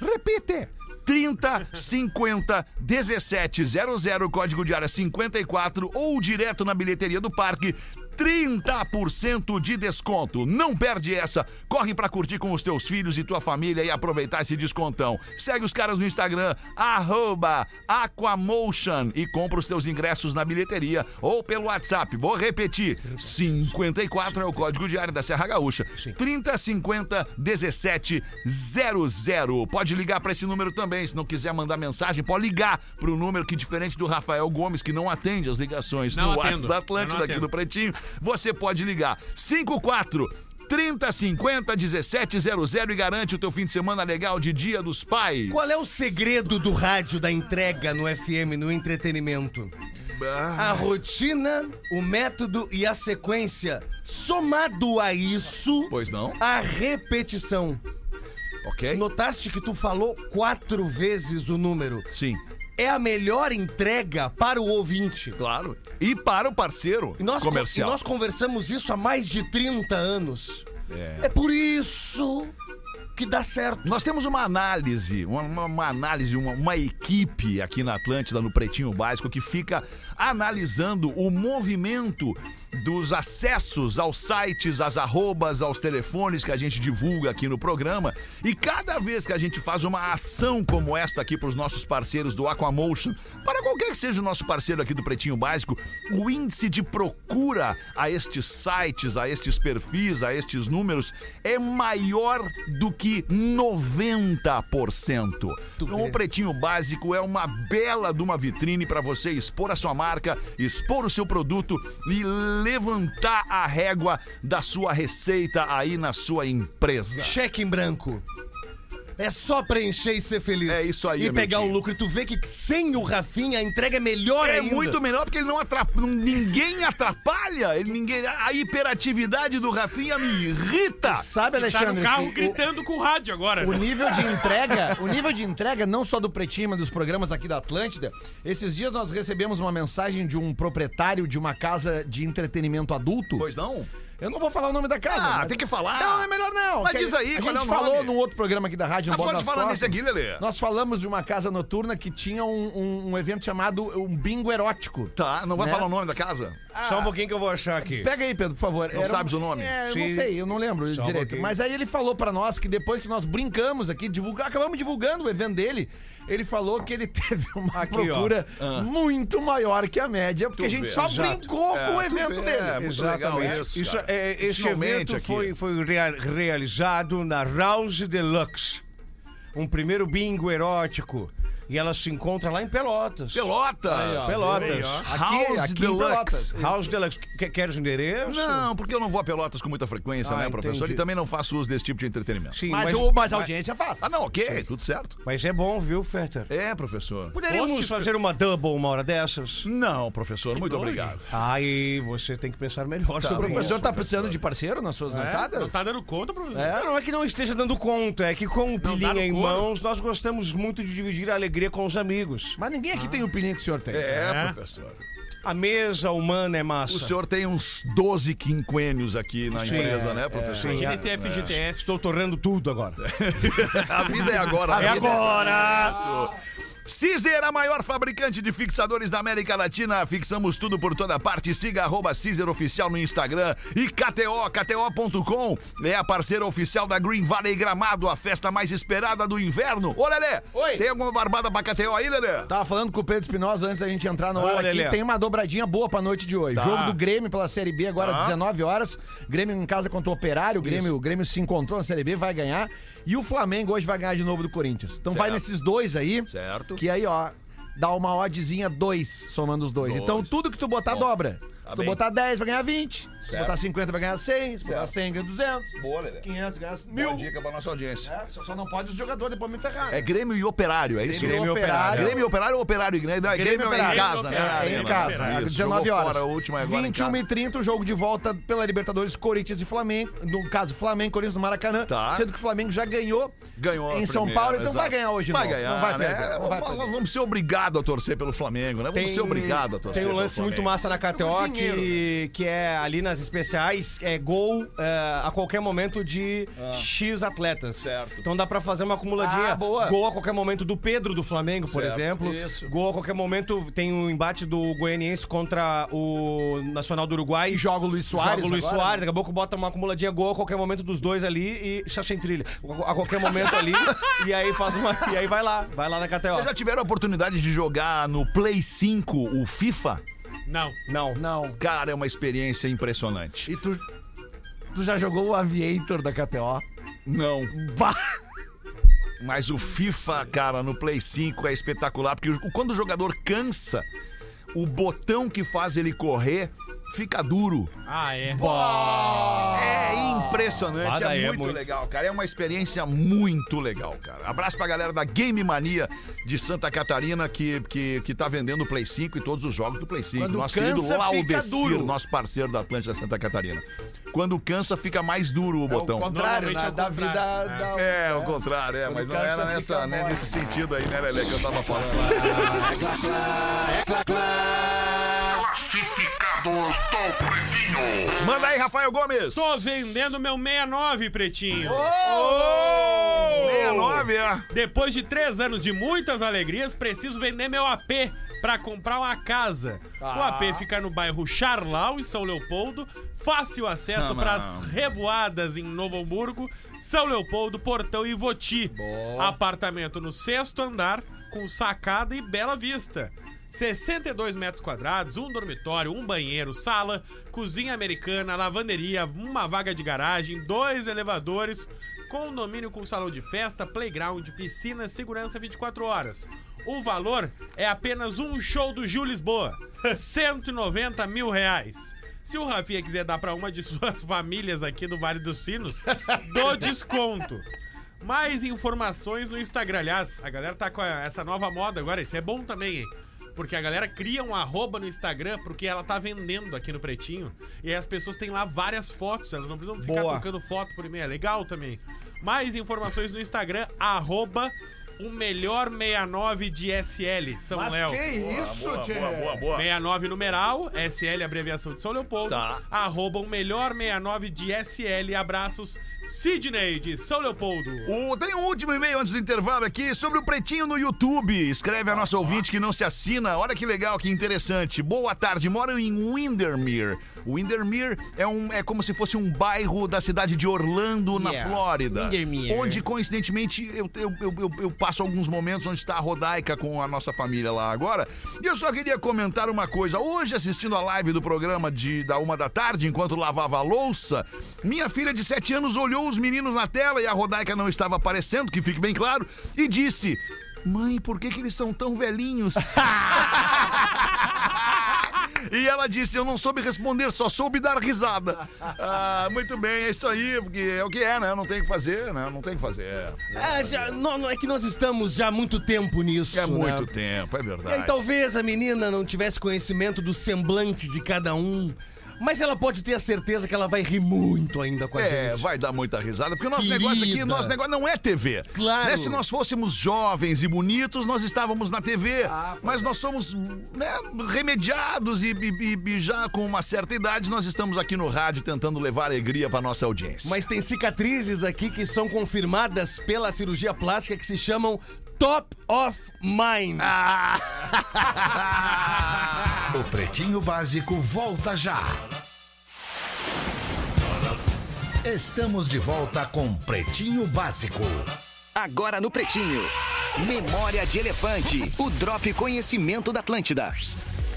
Speaker 3: Repite. 30 50 1700, código de área 54 ou direto na bilheteria do parque. 30% de desconto. Não perde essa. Corre pra curtir com os teus filhos e tua família e aproveitar esse descontão. Segue os caras no Instagram, arroba Aquamotion e compra os teus ingressos na bilheteria ou pelo WhatsApp. Vou repetir: 54 é o código diário da Serra Gaúcha. 3050 1700. Pode ligar para esse número também. Se não quiser mandar mensagem, pode ligar para o número que, diferente do Rafael Gomes, que não atende as ligações
Speaker 6: Não
Speaker 3: no
Speaker 6: atendo.
Speaker 3: WhatsApp da
Speaker 6: Eu
Speaker 3: Atlântida
Speaker 6: não
Speaker 3: aqui
Speaker 6: atendo.
Speaker 3: do Pretinho, você pode ligar 54 3050 1700 e garante o teu fim de semana legal de Dia dos Pais.
Speaker 11: Qual é o segredo do rádio da entrega no FM, no entretenimento?
Speaker 3: Ah.
Speaker 11: A rotina, o método e a sequência. Somado a isso,
Speaker 3: Pois não?
Speaker 11: a repetição.
Speaker 3: Ok?
Speaker 11: Notaste que tu falou quatro vezes o número.
Speaker 3: Sim,
Speaker 11: É a melhor entrega para o ouvinte.
Speaker 3: claro. E para o parceiro
Speaker 11: E nós,
Speaker 3: comercial.
Speaker 11: e nós conversamos isso há mais de 30 anos. É, por isso que dá certo.
Speaker 3: Nós temos uma análise, uma, uma- uma análise, uma, uma equipe aqui na Atlântida, no Pretinho Básico, que fica analisando o movimento dos acessos aos sites, às arrobas, aos telefones que a gente divulga aqui no programa. E cada vez que a gente faz uma ação como esta aqui para os nossos parceiros do Aquamotion, para qualquer que seja o nosso parceiro aqui do Pretinho Básico, o índice de procura a estes sites, a estes perfis, a estes números é maior do que que 90%. Então, o Pretinho Básico é uma bela de uma vitrine para você expor a sua marca, expor o seu produto e levantar a régua da sua receita aí na sua empresa.
Speaker 11: Cheque em branco. É só preencher e ser feliz.
Speaker 3: É isso aí,
Speaker 11: E pegar o
Speaker 3: Amedinho.
Speaker 11: lucro. E tu vê que sem o Rafinha a entrega é melhor
Speaker 3: É
Speaker 11: ainda.
Speaker 3: muito melhor porque ele não atrapalha. Ninguém atrapalha. Ele, ninguém, a hiperatividade do Rafinha me irrita.
Speaker 4: Sabe,
Speaker 6: Tá no
Speaker 4: Alexandre?
Speaker 6: carro
Speaker 4: que o-
Speaker 6: gritando com o rádio agora.
Speaker 4: O
Speaker 6: né?
Speaker 4: nível de entrega, o nível de entrega não só do Pretinho, mas dos programas aqui da Atlântida. Esses dias nós recebemos uma mensagem de um proprietário de uma casa de entretenimento adulto.
Speaker 3: Pois não?
Speaker 4: Eu não vou falar o nome da casa.
Speaker 3: Ah,
Speaker 4: mas-
Speaker 3: tem que falar.
Speaker 4: Não, é melhor não.
Speaker 3: Mas
Speaker 4: que
Speaker 3: diz aí,
Speaker 4: a
Speaker 3: qual
Speaker 4: gente
Speaker 3: é o
Speaker 4: falou
Speaker 3: nome?
Speaker 4: num outro programa aqui da rádio, no
Speaker 3: Ah,
Speaker 4: Bola
Speaker 3: pode
Speaker 4: nas
Speaker 3: falar
Speaker 4: Costas.
Speaker 3: nesse aqui, Lelê.
Speaker 4: Nós falamos de uma casa noturna que tinha um, um- um evento chamado um bingo erótico.
Speaker 3: Tá, não vai
Speaker 4: Né?
Speaker 3: falar o nome da casa?
Speaker 8: Só um pouquinho que eu vou achar aqui.
Speaker 4: Pega aí, Pedro, por favor.
Speaker 3: Não sabes o nome?
Speaker 4: É, eu não
Speaker 8: Sim.
Speaker 4: sei, eu não lembro
Speaker 8: Só um
Speaker 4: direito.
Speaker 8: pouquinho.
Speaker 4: Mas aí ele falou pra nós que depois que nós brincamos aqui, divulga... acabamos divulgando o evento dele, ele falou que ele teve uma
Speaker 8: Aqui, ó.
Speaker 4: procura muito maior que a média, porque
Speaker 3: Tu
Speaker 4: a gente
Speaker 3: vê.
Speaker 4: só
Speaker 3: Exato.
Speaker 4: brincou
Speaker 3: É,
Speaker 4: com o
Speaker 3: tu
Speaker 4: evento
Speaker 3: vê,
Speaker 4: dele.
Speaker 3: é, muito legal isso, cara.
Speaker 8: é, esse
Speaker 3: Finalmente
Speaker 8: evento
Speaker 3: aqui.
Speaker 8: foi, foi rea- realizado na Rouse Deluxe. Um primeiro bingo erótico. E ela se encontra lá em Pelotas.
Speaker 3: Pelotas.
Speaker 8: Pelotas.
Speaker 3: House
Speaker 4: aqui em
Speaker 3: Deluxe.
Speaker 4: Pelotas.
Speaker 8: House Deluxe. Que- Queres o endereço?
Speaker 3: Não, porque eu não vou a Pelotas com muita frequência,
Speaker 8: Ah,
Speaker 3: né, professor?
Speaker 8: entendi.
Speaker 3: E também não faço uso desse tipo de entretenimento.
Speaker 8: Sim,
Speaker 4: Mas,
Speaker 8: mas,
Speaker 4: o, mas a audiência é faz.
Speaker 3: Ah, não, ok, tudo certo.
Speaker 8: mas é bom, viu, Fetter?
Speaker 3: É, professor.
Speaker 8: Poderíamos fazer uma double uma hora dessas?
Speaker 3: Não, professor, muito obrigado.
Speaker 8: Aí você tem que pensar melhor
Speaker 4: o
Speaker 8: sobre
Speaker 4: professor
Speaker 8: isso.
Speaker 4: tá precisando de parceiro nas suas noitadas?
Speaker 6: Não tá dando conta, professor?
Speaker 8: Não, não é que não esteja dando conta, é que com o
Speaker 6: Não dá
Speaker 8: pilinha
Speaker 6: no
Speaker 8: em
Speaker 6: couro.
Speaker 8: mãos, nós gostamos muito de dividir a alegria com os amigos.
Speaker 4: Mas ninguém aqui tem o pilinha que o senhor tem.
Speaker 3: É, professor.
Speaker 8: A mesa humana é massa.
Speaker 3: O senhor tem uns 12 quinquênios aqui na empresa, né, professor?
Speaker 8: sim, é.
Speaker 6: Esse FGTS.
Speaker 8: Estou torrando tudo agora.
Speaker 3: A vida é agora.
Speaker 8: É
Speaker 3: né?
Speaker 8: agora!
Speaker 3: Cizer, a maior fabricante de fixadores da América Latina. Fixamos tudo por toda parte. Siga arroba Cizer Oficial no Instagram. E KTO, KTO.com é a parceira oficial da Green Valley Gramado, a festa mais esperada do inverno. Ô, Lelê!
Speaker 4: Oi.
Speaker 3: Tem alguma barbada pra KTO aí, Lelê?
Speaker 4: Tava falando com o Pedro Espinosa antes da gente entrar no
Speaker 8: Ô,
Speaker 4: ar aqui.
Speaker 8: Lelê.
Speaker 4: Tem uma dobradinha boa pra noite de
Speaker 3: Tá.
Speaker 4: hoje. Jogo do Grêmio pela Série B agora, 19 horas. Grêmio em casa contra o Operário. O Grêmio, o Grêmio se encontrou na Série B, vai ganhar. E o Flamengo hoje vai ganhar de novo do Corinthians. Então vai
Speaker 3: Certo.
Speaker 4: nesses dois aí.
Speaker 3: Certo.
Speaker 4: Que aí, ó, dá uma oddzinha 2, somando os dois.
Speaker 3: Dois. tá
Speaker 4: Então tudo que tu botar dobra. Se tu
Speaker 3: bem.
Speaker 4: botar 10, vai ganhar 20. Se tu
Speaker 3: Certo.
Speaker 4: botar 50, vai ganhar 100. Se tu botar 100, ganha 200.
Speaker 3: Boa, Lelê.
Speaker 4: 500, ganha
Speaker 3: Boa
Speaker 4: 1000.
Speaker 3: dica pra nossa audiência.
Speaker 4: É, só só não pode os jogadores depois me ferrar.
Speaker 3: É Grêmio e Operário, é isso?
Speaker 4: Grêmio e Operário.
Speaker 3: Grêmio e Operário ou Operário e Grêmio? Não, é Grêmio,
Speaker 4: Grêmio
Speaker 3: é em
Speaker 4: Operário.
Speaker 3: casa, né?
Speaker 6: Grêmio e
Speaker 3: Na
Speaker 4: É, em
Speaker 3: arena.
Speaker 4: casa,
Speaker 3: Isso,
Speaker 4: 19
Speaker 3: jogou
Speaker 4: horas.
Speaker 3: Fora, o último é agora em
Speaker 4: 21
Speaker 3: casa.
Speaker 4: e 30 o jogo de volta pela Libertadores Corinthians e Flamengo. No caso, Flamengo, Corinthians no Maracanã.
Speaker 3: Tá.
Speaker 4: Sendo que o Flamengo já ganhou.
Speaker 3: ganhou a
Speaker 4: em São
Speaker 3: primeira,
Speaker 4: Paulo, então
Speaker 3: exato.
Speaker 4: vai ganhar hoje,
Speaker 3: Vai
Speaker 4: não.
Speaker 3: ganhar,
Speaker 4: Não vai
Speaker 3: né?
Speaker 4: perder, não vai
Speaker 3: Vamos-
Speaker 4: perder.
Speaker 3: Vamos ser obrigados a torcer pelo Flamengo, né? Vamos ser obrigados a torcer
Speaker 8: Tem um
Speaker 3: pelo
Speaker 8: lance muito
Speaker 3: Flamengo.
Speaker 8: massa na KTO que, que é ali nas especiais, é gol é, a qualquer momento de X atletas.
Speaker 3: Ah. Certo.
Speaker 8: Então dá pra fazer uma acumuladinha.
Speaker 4: Ah, boa.
Speaker 8: Gol a qualquer momento do Pedro do Flamengo, por
Speaker 3: Certo.
Speaker 8: exemplo.
Speaker 4: Isso.
Speaker 8: Gol a qualquer momento tem o embate do goianiense contra o Nacional do Uruguai.
Speaker 4: E joga o Luiz Soares.
Speaker 8: Joga o Luiz
Speaker 4: agora,
Speaker 3: né?
Speaker 8: Soares, daqui a pouco bota uma acumuladinha gol a qualquer momento dos dois ali e chacha em trilha. A qualquer momento ali, e aí faz uma. E aí vai lá, vai lá na KTO.
Speaker 3: Vocês já tiveram a oportunidade de jogar no Play 5 o FIFA?
Speaker 6: Não.
Speaker 8: Não.
Speaker 4: né? Não.
Speaker 3: Cara, é uma experiência impressionante.
Speaker 4: E tu. Tu já jogou o Aviator da KTO?
Speaker 3: Não.
Speaker 4: Bah!
Speaker 3: Mas o FIFA, cara, no Play 5 é espetacular, porque o- quando o jogador cansa, o botão que faz ele correr fica duro.
Speaker 6: Ah, é.
Speaker 3: É impressionante,
Speaker 8: Ah,
Speaker 3: é,
Speaker 8: daí é
Speaker 3: muito
Speaker 8: muito.
Speaker 3: legal, cara. É uma experiência muito legal, cara. Abraço pra galera da Game Mania de Santa Catarina que, que, que tá vendendo o Play 5 e todos os jogos do Play 5.
Speaker 4: Quando
Speaker 3: nosso
Speaker 4: cansa,
Speaker 3: querido
Speaker 4: fica
Speaker 3: Laudecir,
Speaker 4: duro.
Speaker 3: nosso parceiro da Atlântida Santa Catarina. Quando cansa, fica mais duro o
Speaker 4: Ao
Speaker 3: botão.
Speaker 4: contrário,
Speaker 6: Normalmente
Speaker 4: né?
Speaker 6: é o
Speaker 4: da
Speaker 6: contrário,
Speaker 4: vida.
Speaker 6: né?
Speaker 4: Da...
Speaker 3: É, o contrário, é, mas não
Speaker 4: cansa,
Speaker 3: era
Speaker 4: fica
Speaker 3: nessa, né,
Speaker 4: mole.
Speaker 3: nesse sentido aí, né, Lelê, que eu tava falando.
Speaker 12: Classificados do Pretinho.
Speaker 3: Manda aí, Rafael Gomes!
Speaker 6: Tô vendendo meu 69, pretinho.
Speaker 3: 69, é.
Speaker 6: Depois de três anos de muitas alegrias, preciso vender meu AP pra comprar uma casa.
Speaker 3: Ah.
Speaker 6: O AP fica no bairro Charlau, em São Leopoldo. Fácil acesso
Speaker 3: Não,
Speaker 6: pras
Speaker 3: não.
Speaker 6: revoadas em Novo Hamburgo, São Leopoldo, Portão e Voti. Apartamento no sexto andar, com sacada e bela vista. 62 metros quadrados, um dormitório, um banheiro, sala, cozinha americana, lavanderia, uma vaga de garagem, dois elevadores, Condomínio com salão de festa, playground, piscina, segurança 24 horas. O valor é apenas um show do Gil Lisboa. 190 mil reais. Se o Rafinha quiser dar pra uma de suas famílias aqui do Vale dos Sinos, dou desconto. Mais informações no Instagram. Aliás, a galera tá com a- essa nova moda agora. Isso é bom também, hein? Porque a galera cria um arroba no Instagram porque ela tá vendendo aqui no Pretinho. E aí as pessoas têm lá várias fotos. Elas não precisam ficar
Speaker 4: Boa.
Speaker 6: trocando foto por e-mail. É legal também. Mais informações no Instagram, arroba o melhor 69 de SL, São
Speaker 4: Mas
Speaker 6: Léo.
Speaker 4: que isso,
Speaker 3: Tá boa,
Speaker 4: tchê?
Speaker 3: boa, boa, boa.
Speaker 6: 69 numeral, SL abreviação de São Leopoldo.
Speaker 3: Tá.
Speaker 6: Arroba o melhor 69 de SL. Abraços, Sidney de São Leopoldo.
Speaker 3: O- tem um último e-mail antes do intervalo aqui sobre o Pretinho no YouTube. Escreve a nossa ouvinte que não se assina. Olha que legal, que interessante. Boa tarde, moro em Windermere. Windermere é, um, é como se fosse um bairro da cidade de Orlando, na
Speaker 9: Yeah.
Speaker 3: Flórida.
Speaker 9: Windermere.
Speaker 3: Onde, coincidentemente, eu, eu- eu- eu- eu passo alguns momentos onde está a Rodaica com a nossa família lá agora. E eu só queria comentar uma coisa. Hoje, assistindo a live do programa de, da uma da tarde, enquanto lavava a louça, minha filha de 7 anos olhou os meninos na tela e a Rodaica não estava aparecendo, que fique bem claro, e disse: Mãe, por que, que eles são tão velhinhos? E ela disse: Eu não soube responder, só soube dar risada. Ah, muito bem, é isso aí, porque é o que é, né? Não tem o que fazer, né? Não tem o que fazer.
Speaker 11: Ah, já, não, não é que nós estamos já há muito tempo nisso.
Speaker 3: É muito
Speaker 11: né?
Speaker 3: tempo, é
Speaker 11: E aí então,
Speaker 3: verdade.
Speaker 11: talvez a menina não tivesse conhecimento do semblante de cada um, mas ela pode ter a certeza que ela vai rir muito ainda com a
Speaker 3: É,
Speaker 11: gente.
Speaker 3: vai dar muita risada, porque o nosso negócio aqui,
Speaker 11: Querida.
Speaker 3: nosso negócio não é TV.
Speaker 11: Claro.
Speaker 3: Né? Se nós fôssemos jovens e bonitos, nós estávamos na TV.
Speaker 11: Ah,
Speaker 3: mas nós somos né, remediados e, e- e- e já com uma certa idade, nós estamos aqui no rádio tentando levar alegria pra nossa audiência.
Speaker 11: Mas tem cicatrizes aqui que são confirmadas pela cirurgia plástica que se chamam Top of Mind.
Speaker 1: O Pretinho Básico volta já. Estamos de volta com Pretinho Básico.
Speaker 13: Agora no Pretinho. Memória de Elefante. O Drop Conhecimento da Atlântida.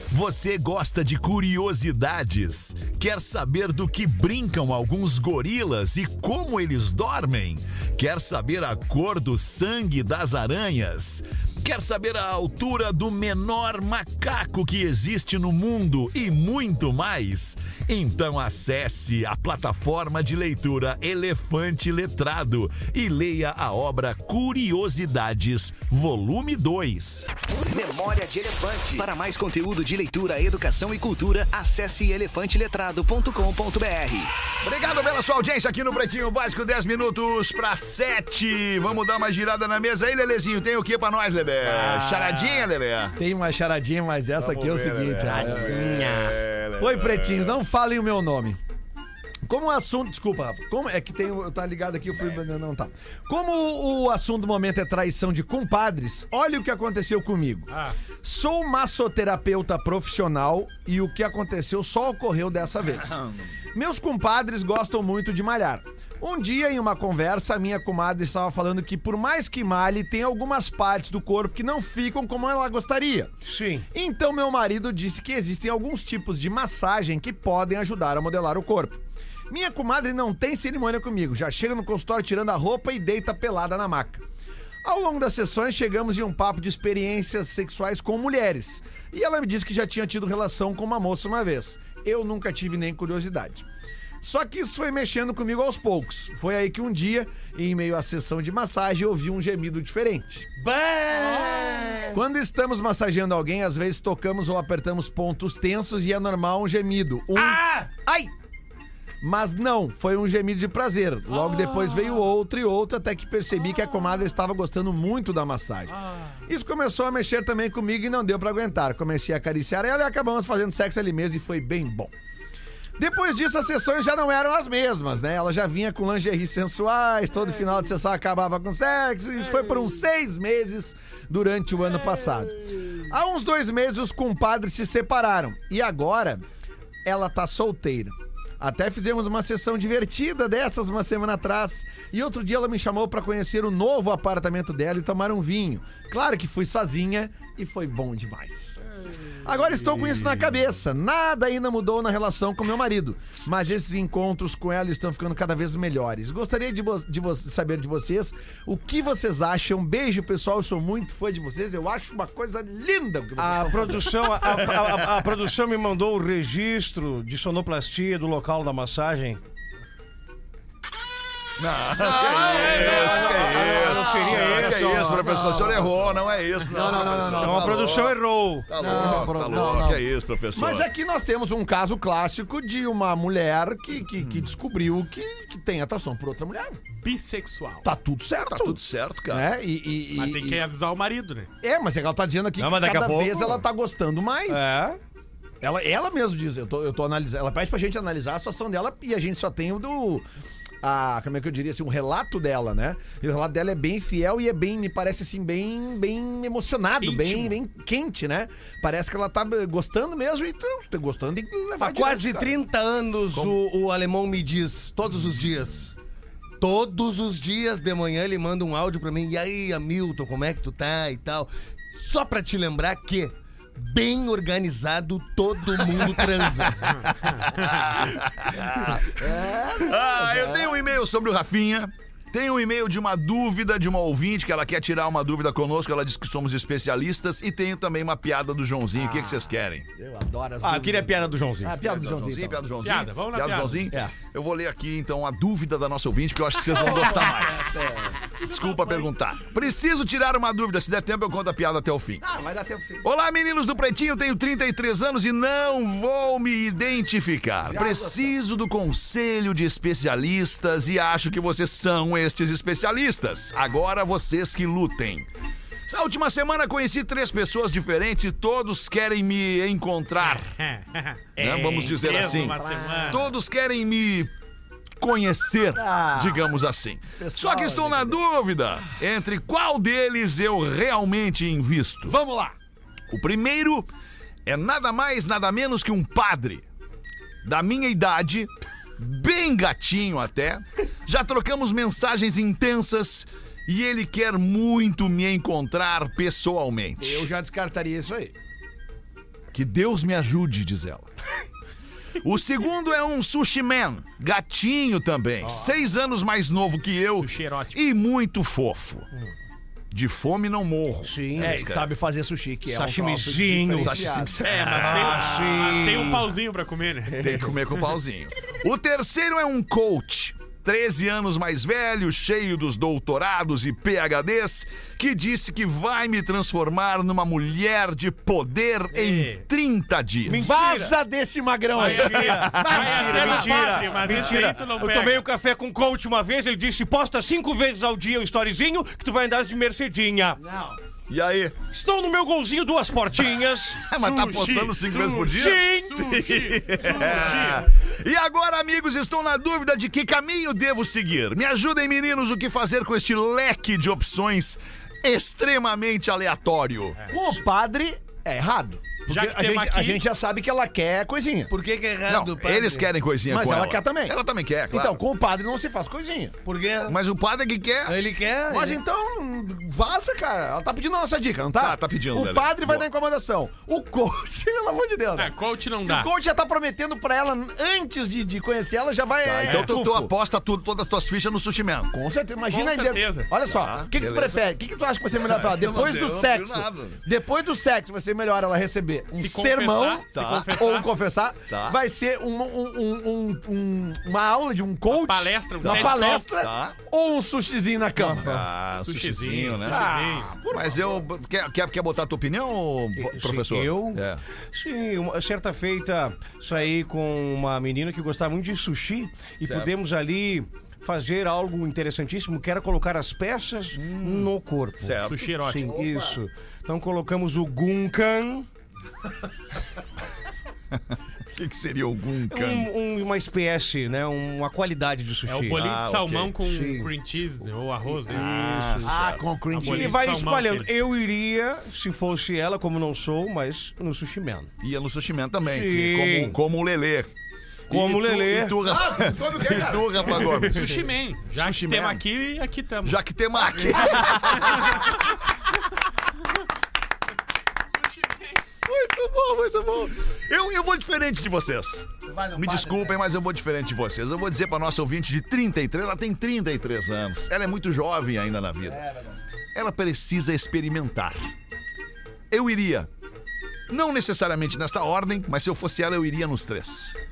Speaker 3: Você gosta de curiosidades? Quer saber do que brincam alguns gorilas e como eles dormem? Quer saber a cor do sangue das aranhas? Quer saber a altura do menor macaco que existe no mundo e muito mais? Então acesse a plataforma de leitura Elefante Letrado e leia a obra Curiosidades, volume 2.
Speaker 13: Memória de Elefante. Para mais conteúdo de leitura, educação e cultura, acesse elefanteletrado.com.br.
Speaker 3: Obrigado pela sua audiência aqui no Pretinho Básico, 10 minutos para 7. Vamos dar uma girada na mesa aí, Lelezinho. Tem o que pra nós, Lelê? Charadinha, Lelê?
Speaker 4: Tem uma charadinha, mas essa aqui é o seguinte.
Speaker 3: né?
Speaker 4: ah, é. Oi, pretinhos, não falem o meu nome. Como o assunto. Desculpa, Rafa. como é que tem. o- Tá ligado aqui, eu fui. Não, não tá. Como o- o assunto do momento é traição de compadres, olha o que aconteceu comigo. Sou massoterapeuta profissional e o que aconteceu só ocorreu dessa vez. Meus compadres gostam muito de malhar. Um dia, em uma conversa, a minha comadre estava falando que, por mais que malhe, tem algumas partes do corpo que não ficam como ela gostaria.
Speaker 8: Sim.
Speaker 4: Então, meu marido disse que existem alguns tipos de massagem que podem ajudar a modelar o corpo. Minha comadre não tem cerimônia comigo, já chega no consultório tirando a roupa e deita pelada na maca. Ao longo das sessões, chegamos em um papo de experiências sexuais com mulheres. E ela me disse que já tinha tido relação com uma moça uma vez. Eu nunca tive nem curiosidade. Só que isso foi mexendo comigo aos poucos. Foi aí que um dia, em meio à sessão de massagem, eu ouvi um gemido diferente. Quando estamos massageando alguém, às vezes tocamos ou apertamos pontos tensos e é normal um gemido. Um. Ai! Mas não, foi um gemido de prazer. Logo depois veio outro e outro, até que percebi que a comadre estava gostando muito da massagem. Isso começou a mexer também comigo e não deu pra aguentar. Comecei a acariciar ela e acabamos fazendo sexo ali mesmo e foi bem bom. Depois disso, as sessões já não eram as mesmas, né? Ela já vinha com lingerie sensuais, todo final de sessão acabava com sexo. Isso foi por uns seis meses durante o ano passado. Há uns dois meses, os compadres se separaram. E agora, ela tá solteira. Até fizemos uma sessão divertida dessas uma semana atrás. E outro dia ela me chamou pra conhecer o novo apartamento dela e tomar um vinho. Claro que fui sozinha e foi bom demais. Agora estou com isso na cabeça. Nada ainda mudou na relação com meu marido, mas esses encontros com ela estão ficando cada vez melhores. Gostaria de, vo- de vo- saber de vocês o que vocês acham. Beijo, pessoal. Eu sou muito fã de vocês. Eu acho uma coisa linda o que vocês
Speaker 8: A
Speaker 4: estão fazendo.
Speaker 8: produção, a, a- a- a produção me mandou o registro de sonoplastia do local da massagem.
Speaker 3: Não seria isso. Não é isso, professor. O senhor errou, não é isso. Não, não, não.
Speaker 8: Então a produção errou.
Speaker 3: Tá
Speaker 4: Não,
Speaker 3: louco,
Speaker 4: pro-
Speaker 3: tá
Speaker 4: não,
Speaker 3: louco.
Speaker 4: não.
Speaker 3: Que é isso, professor.
Speaker 4: Mas aqui nós temos um caso clássico de uma mulher que, que, que descobriu que, que tem atração por outra mulher.
Speaker 6: Bissexual.
Speaker 4: Tá tudo certo.
Speaker 3: Tá tudo certo, cara.
Speaker 4: Né? E, e-
Speaker 6: Mas
Speaker 4: e-
Speaker 6: tem
Speaker 4: e-
Speaker 6: que avisar o marido, né?
Speaker 4: É, mas é que ela tá dizendo aqui
Speaker 8: Não,
Speaker 4: que
Speaker 8: mas daqui a
Speaker 4: cada
Speaker 8: pouco-
Speaker 4: vez ela tá gostando mais.
Speaker 8: É.
Speaker 4: Ela, ela mesmo diz, eu tô, eu tô analisando. Ela pede pra gente analisar a situação dela e a gente só tem o do. A, como é que eu diria assim, um relato dela, né? E o relato dela é bem fiel e é bem, me parece assim, bem, bem emocionado, bem, bem quente, né? Parece que ela tá eh, gostando mesmo e tu- tu gostando de levar
Speaker 8: Tá
Speaker 11: Há quase 30 anos o, o alemão me diz, todos os dias. Todos os dias de manhã ele manda um áudio pra mim. E aí, Hamilton, como é que tu tá e tal? Só pra te lembrar que, bem organizado, todo mundo transa.
Speaker 3: Ah, eu tenho um e-mail sobre o Rafinha. Tem um e-mail de uma dúvida de uma ouvinte que ela quer tirar uma dúvida conosco. Ela diz que somos especialistas. E tenho também uma piada do Joãozinho. O que, que vocês querem?
Speaker 4: Eu adoro as
Speaker 8: Ah, eu queria a piada do Joãozinho.
Speaker 4: Ah, piada do Joãozinho.
Speaker 3: Joãozinho,
Speaker 4: então.
Speaker 3: piada do Joãozinho.
Speaker 6: Piada, vamos na
Speaker 3: do
Speaker 6: piada.
Speaker 3: Joãozinho.
Speaker 4: É.
Speaker 3: Eu vou ler aqui então a dúvida da nossa ouvinte, que eu acho que vocês vão gostar mais. Desculpa perguntar. Preciso tirar uma dúvida. Se der tempo, eu conto a piada até o fim.
Speaker 4: Ah, vai dar tempo sim.
Speaker 3: Olá, meninos do Pretinho, tenho 33 anos e não vou me identificar. Preciso do conselho de especialistas e acho que vocês são estes especialistas. Agora vocês que lutem. Na última semana conheci três pessoas diferentes e todos querem me encontrar.
Speaker 6: É,
Speaker 3: Né? Vamos dizer
Speaker 6: Mesmo
Speaker 3: assim.
Speaker 6: Uma semana.
Speaker 3: Todos querem me conhecer, digamos assim. Só que estou na dúvida entre qual deles eu realmente invisto. Vamos lá. O primeiro é nada mais, nada menos que um padre da minha idade, bem gatinho até. Já trocamos mensagens intensas e ele quer muito me encontrar pessoalmente.
Speaker 4: Eu já descartaria isso aí.
Speaker 3: Que Deus me ajude, diz ela. O segundo é um sushi man, gatinho também, seis anos mais novo que eu
Speaker 6: Sushi erótico.
Speaker 3: e muito fofo. De fome não morro.
Speaker 8: Sim.
Speaker 4: É, e sabe fazer sushi, que é um troço
Speaker 8: Sashimizinho.
Speaker 4: diferenciado.
Speaker 6: É, mas tem,
Speaker 8: Ah, sim.
Speaker 6: mas tem um pauzinho pra comer, né?
Speaker 3: Tem que comer com pauzinho. O terceiro é um coach. 13 anos mais velho, cheio dos doutorados e PhDs, que disse que vai me transformar numa mulher de poder
Speaker 6: Ei.
Speaker 3: em 30 dias.
Speaker 4: Vaza desse magrão aí.
Speaker 6: Vai, Adriano. Vai,
Speaker 8: Mentira,
Speaker 6: Adriano, padre,
Speaker 8: mentira,
Speaker 6: mas esse
Speaker 8: mentira.
Speaker 6: aí tu não
Speaker 8: Eu
Speaker 6: pega.
Speaker 8: tomei o café com o coach uma vez, ele disse, posta cinco vezes ao dia o storyzinho que tu vai andar de Mercedinha.
Speaker 3: E aí?
Speaker 8: Estou no meu golzinho duas portinhas.
Speaker 3: Ah, mas tá postando cinco vezes por dia?
Speaker 8: Sim.
Speaker 6: Sushi,
Speaker 3: É.
Speaker 6: sushi.
Speaker 3: E agora, amigos, estou na dúvida de que caminho devo seguir. Me ajudem, meninos, o que fazer com este leque de opções extremamente aleatório.
Speaker 4: Com o padre é errado. Porque
Speaker 6: Já que
Speaker 4: a, gente,
Speaker 6: temos aqui-
Speaker 4: a gente já sabe que ela quer coisinha.
Speaker 11: Por que, que é errado,
Speaker 3: Não,
Speaker 11: padre?
Speaker 3: eles querem coisinha
Speaker 4: Mas
Speaker 3: com
Speaker 4: ela
Speaker 3: ela.
Speaker 4: quer também.
Speaker 3: Ela também quer, é claro.
Speaker 4: Então, com o padre não se faz coisinha.
Speaker 11: Porque
Speaker 3: Mas o padre é que quer...
Speaker 11: ele quer...
Speaker 4: Mas
Speaker 11: ele-
Speaker 4: então, vaza, cara. Ela tá pedindo a nossa dica, não tá?
Speaker 3: Tá, tá pedindo,
Speaker 4: O
Speaker 3: velho.
Speaker 4: padre vai
Speaker 3: Boa.
Speaker 4: dar incomodação. O coach, pelo amor de Deus.
Speaker 6: Ah,
Speaker 4: né?
Speaker 6: coach não
Speaker 4: Se
Speaker 6: dá.
Speaker 4: o coach já tá prometendo pra ela antes de, de conhecer ela, já vai.
Speaker 3: Tá,
Speaker 4: é,
Speaker 3: então tu, tu
Speaker 4: tufo.
Speaker 3: aposta tudo, todas as tuas fichas no sushi man.
Speaker 4: Com certeza, imagina
Speaker 6: Com
Speaker 4: aí dentro-
Speaker 6: certeza.
Speaker 4: Olha só, o
Speaker 3: Tá,
Speaker 4: que, que tu
Speaker 3: beleza.
Speaker 4: prefere? O que, que tu acha que vai ser melhor pra ela?
Speaker 3: Não,
Speaker 4: Depois
Speaker 3: não
Speaker 4: do
Speaker 3: deu-
Speaker 4: sexo.
Speaker 3: não deu nada.
Speaker 4: Depois do sexo, vai ser melhor ela receber um
Speaker 6: Se confessar,
Speaker 4: sermão
Speaker 6: se confessar.
Speaker 4: ou um confessar.
Speaker 3: Tá.
Speaker 4: Vai ser um- um- um- um- um- uma aula de um coach. Uma
Speaker 6: palestra, um
Speaker 4: uma
Speaker 6: TED
Speaker 4: palestra
Speaker 3: Tá.
Speaker 4: ou um sushizinho na cama.
Speaker 3: Ah, sushizinho,
Speaker 6: Sushizinho,
Speaker 3: né?
Speaker 6: sushizinho.
Speaker 3: Mas eu... Quer, quer, quer botar a tua opinião,
Speaker 8: Sim,
Speaker 3: professor?
Speaker 8: eu?
Speaker 3: É.
Speaker 8: Sim, uma certa feita saí com uma menina que gostava muito de sushi e pudemos ali fazer algo interessantíssimo, que era colocar as peças no corpo.
Speaker 3: Hum. Certo.
Speaker 6: Sushi erótico.
Speaker 8: Sim, isso. Então colocamos o Gunkan,
Speaker 3: O que, que seria algum
Speaker 8: um-
Speaker 3: canto?
Speaker 8: um- uma espécie, né, uma qualidade de sushi.
Speaker 6: É o bolinho
Speaker 3: Ah,
Speaker 6: de salmão
Speaker 3: ok.
Speaker 6: com
Speaker 8: Sim.
Speaker 6: cream cheese né, ou arroz, né?
Speaker 8: Isso.
Speaker 4: Ah, com o cream
Speaker 6: Uma
Speaker 4: cheese.
Speaker 8: E
Speaker 6: bolinha.
Speaker 8: vai
Speaker 6: Salmão,
Speaker 8: espalhando.
Speaker 6: aquele.
Speaker 8: Eu iria, se fosse ela, como não sou, mas no sushi man.
Speaker 3: Ia no sushi man também,
Speaker 8: Sim.
Speaker 3: que- como, como o Lelê.
Speaker 8: Como o
Speaker 3: o
Speaker 8: Lelê. Ah,
Speaker 3: E tu, Rafa, e tu, Rafa Gomes.
Speaker 6: Sushi Man. Já
Speaker 3: Sushi
Speaker 6: que temos
Speaker 3: Man.
Speaker 6: aqui, aqui estamos.
Speaker 3: Já que temos aqui. Muito bom, muito bom. Eu, eu vou diferente de vocês. Me desculpem, mas eu vou diferente de vocês. Eu vou dizer pra nossa ouvinte de 33, ela tem 33 anos. Ela é muito jovem ainda na vida.
Speaker 4: É,
Speaker 3: Ela precisa experimentar. Eu iria, não necessariamente nesta ordem, mas se eu fosse ela, eu iria nos três. Eu iria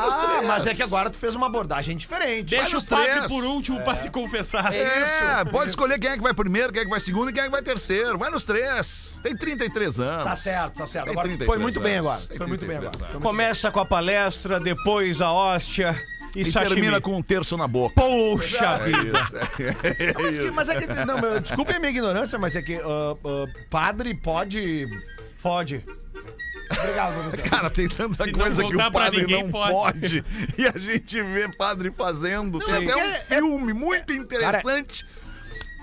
Speaker 3: nos
Speaker 4: Ah,
Speaker 3: três.
Speaker 4: mas é que agora tu fez uma abordagem diferente.
Speaker 3: Deixa
Speaker 4: Vai
Speaker 3: os
Speaker 4: no
Speaker 3: padre
Speaker 4: três.
Speaker 3: por último
Speaker 4: É.
Speaker 3: pra
Speaker 6: se confessar.
Speaker 3: É, pode escolher quem é que vai primeiro, quem é que vai segundo e quem é que vai terceiro. Vai nos três. Tem 33 anos.
Speaker 4: Tá certo, tá certo.
Speaker 3: Tem
Speaker 4: Agora,
Speaker 3: 33
Speaker 4: foi muito bem
Speaker 3: anos.
Speaker 4: agora.
Speaker 3: Tem
Speaker 4: Foi muito bem
Speaker 3: 33
Speaker 4: agora.
Speaker 3: anos.
Speaker 8: Começa com a palestra, depois a hóstia e,
Speaker 3: E
Speaker 8: sashimi.
Speaker 3: termina com um terço na boca.
Speaker 8: Poxa
Speaker 3: É
Speaker 8: vida.
Speaker 3: isso, é
Speaker 4: Mas, que,
Speaker 3: isso.
Speaker 4: mas é que. Não, meu, desculpem a minha ignorância, mas é que ah, ah, padre pode.
Speaker 8: Pode.
Speaker 4: Obrigado, professor.
Speaker 3: Cara, tem tanta
Speaker 6: Se não
Speaker 3: coisa que
Speaker 6: voltar
Speaker 3: o
Speaker 6: pra
Speaker 3: padre
Speaker 6: ninguém,
Speaker 3: não
Speaker 6: pode.
Speaker 3: pode. E a gente vê padre fazendo.
Speaker 4: é
Speaker 3: tem até um
Speaker 4: porque
Speaker 3: filme muito interessante.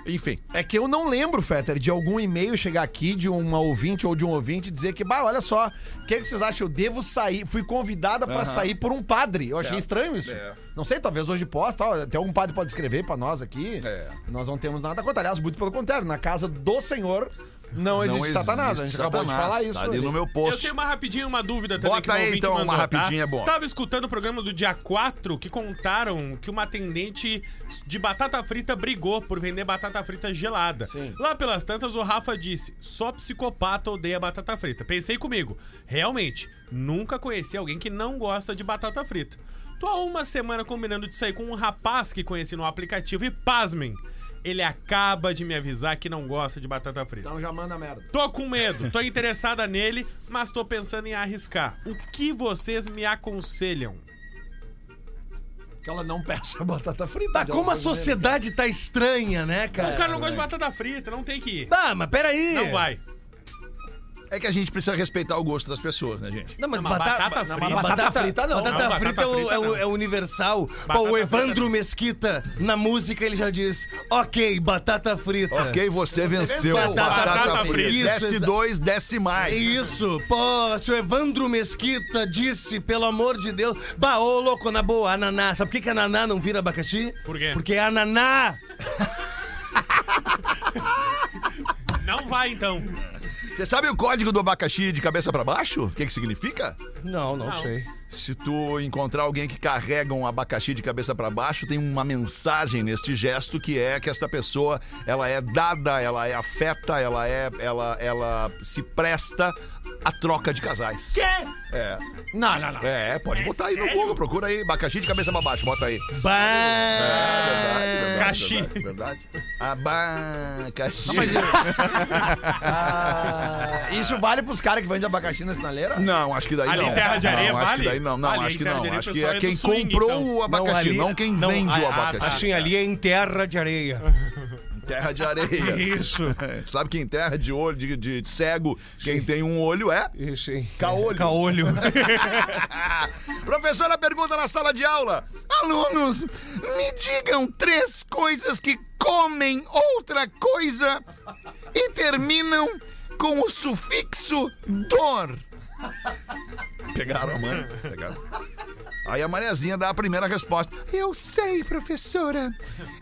Speaker 3: Enfim.
Speaker 4: É que eu não lembro, Fetter, de algum e-mail chegar aqui de uma ouvinte ou de um ouvinte e dizer que, bah, olha só, o que, é que vocês acham? Eu devo sair, fui convidada pra
Speaker 3: Aham.
Speaker 4: sair por um padre. Eu achei
Speaker 3: Certo.
Speaker 4: estranho isso.
Speaker 3: É.
Speaker 4: Não sei, talvez hoje possa, tal. até algum padre pode escrever pra nós aqui.
Speaker 3: É.
Speaker 4: Nós não temos nada contra. Aliás, muito pelo contrário, na casa do Senhor não, existe, Satanás. A gente acabou de
Speaker 3: Satanás,
Speaker 4: falar isso.
Speaker 3: Tá ali
Speaker 4: ali.
Speaker 3: no meu
Speaker 6: Eu
Speaker 3: post.
Speaker 6: tenho uma rapidinha, uma dúvida também.
Speaker 3: Bota
Speaker 6: que um
Speaker 3: aí,
Speaker 6: ouvinte
Speaker 3: então, uma
Speaker 6: mandou, tá?
Speaker 3: rapidinha boa.
Speaker 6: Tava escutando o programa do dia 4 que contaram que uma atendente de batata frita brigou por vender batata frita gelada. Lá pelas tantas, o Rafa disse: só psicopata odeia batata frita. Pensei comigo, realmente, nunca conheci alguém que não gosta de batata frita. Tô há uma semana combinando de sair com um rapaz que conheci no aplicativo e pasmem. Ele acaba de me avisar que não gosta de batata frita.
Speaker 4: Então já manda merda.
Speaker 6: Tô com medo, tô interessada nele, mas tô pensando em arriscar. O que vocês me aconselham?
Speaker 4: Que ela não peça batata frita.
Speaker 11: Tá,
Speaker 4: de
Speaker 11: como a
Speaker 4: alguma maneira.
Speaker 11: sociedade tá estranha, né, cara?
Speaker 6: o cara não gosta de batata frita, não tem que ir.
Speaker 4: Ah,
Speaker 11: Tá, mas peraí.
Speaker 6: Não vai.
Speaker 3: É que a gente precisa respeitar o gosto das pessoas, né, gente?
Speaker 11: Não, mas
Speaker 6: Não, mas
Speaker 11: batata,
Speaker 6: batata
Speaker 11: ba-
Speaker 6: frita-
Speaker 11: Batata,
Speaker 4: batata
Speaker 11: frita não. Batata,
Speaker 6: Não, batata
Speaker 11: frita, é o-
Speaker 6: frita
Speaker 11: é, o,
Speaker 6: não.
Speaker 11: é universal. Pô,
Speaker 6: Batata
Speaker 11: o Evandro
Speaker 6: frita não.
Speaker 11: Mesquita, na música, ele já diz: Ok, batata frita.
Speaker 8: É.
Speaker 3: Ok, você venceu.
Speaker 11: venceu.
Speaker 3: Batata,
Speaker 6: Batata
Speaker 3: frita.
Speaker 11: frita.
Speaker 3: Desce
Speaker 11: Isso,
Speaker 3: dois, desce mais.
Speaker 11: É Isso, pô, se o Evandro Mesquita disse, pelo amor de Deus, bah, ô louco, na boa, ananá. Sabe por que, que ananá não vira abacaxi?
Speaker 6: Por quê?
Speaker 11: Porque é ananá.
Speaker 6: Não vai então.
Speaker 3: Você sabe o código do abacaxi de cabeça pra baixo? O que, que significa?
Speaker 11: Não, não,
Speaker 6: Não.
Speaker 11: sei.
Speaker 3: Se tu encontrar alguém que carrega um abacaxi de cabeça pra baixo, tem uma mensagem neste gesto que é que esta pessoa, ela é dada, ela é afeta, ela é ela ela se presta à troca de casais. Quê? É.
Speaker 4: Não, não, não.
Speaker 3: É, pode botar aí no Google, procura aí abacaxi de cabeça pra baixo, bota aí.
Speaker 11: Bah!
Speaker 3: Abacaxi.
Speaker 6: Abacaxi.
Speaker 3: É Verdade, verdade, verdade. Abacaxi.
Speaker 4: Ah, isso vale pros caras que vendem abacaxi na sinaleira?
Speaker 3: Não, acho que daí
Speaker 6: Ali
Speaker 3: não.
Speaker 6: em Terra de Areia
Speaker 3: não, Acho
Speaker 6: vale?
Speaker 3: que daí não, não,
Speaker 6: Ali em
Speaker 3: acho que
Speaker 6: Terra
Speaker 3: não.
Speaker 6: de Areia
Speaker 3: Acho
Speaker 6: o
Speaker 3: que
Speaker 6: pessoal
Speaker 3: é
Speaker 6: é
Speaker 3: quem
Speaker 6: do swing,
Speaker 3: comprou
Speaker 6: então.
Speaker 3: o abacaxi, não,
Speaker 11: ali-
Speaker 3: quem
Speaker 11: não,
Speaker 3: vende
Speaker 6: ah,
Speaker 3: o abacaxi.
Speaker 11: Assim, ali é em terra de areia.
Speaker 3: Terra de areia.
Speaker 8: Isso.
Speaker 3: É, Sabe que em terra de olho, de, de cego, quem tem um olho é.
Speaker 11: Isso, hein?
Speaker 3: Caolho.
Speaker 11: Caolho.
Speaker 3: Professora pergunta na sala de aula: Alunos, me digam três coisas que comem outra coisa e terminam com o sufixo dor. Pegaram a mãe? Pegaram. Aí a Mariazinha dá a primeira resposta. Eu sei, professora.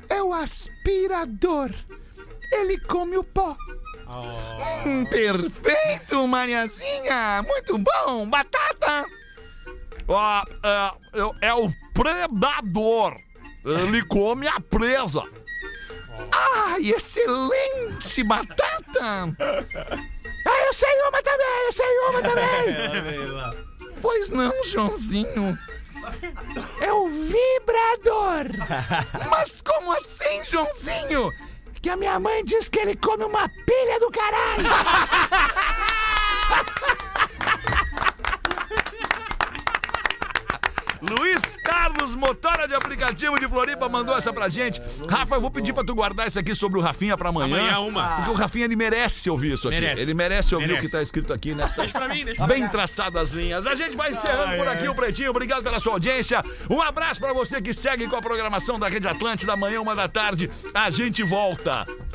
Speaker 3: É o aspirador. Ele come o pó. Hum, perfeito, Mariazinha! Muito bom! Batata! Ah, é, eu- é o predador. Ele come a presa. Ai, excelente batata! Ah, eu sei uma também, eu sei uma também! Pois não, Joãozinho. É o vibrador! Mas como assim, Joãozinho? Que a minha mãe diz que ele come uma pilha do caralho! Luiz Carlos, motora de aplicativo de Floripa, mandou essa pra gente. Rafa, eu vou pedir pra tu guardar isso aqui sobre o Rafinha pra amanhã.
Speaker 6: Amanhã uma.
Speaker 3: Porque o Rafinha, ele merece ouvir isso aqui.
Speaker 6: Merece.
Speaker 3: Ele merece ouvir o
Speaker 6: Merece.
Speaker 3: que tá escrito aqui nestas
Speaker 6: Deixa pra mim, deixa pra
Speaker 3: bem traçadas linhas. A gente vai encerrando por aqui o Pretinho. Obrigado pela sua audiência. Um abraço pra você que segue com a programação da Rede Atlântida. Amanhã, uma da tarde, a gente volta.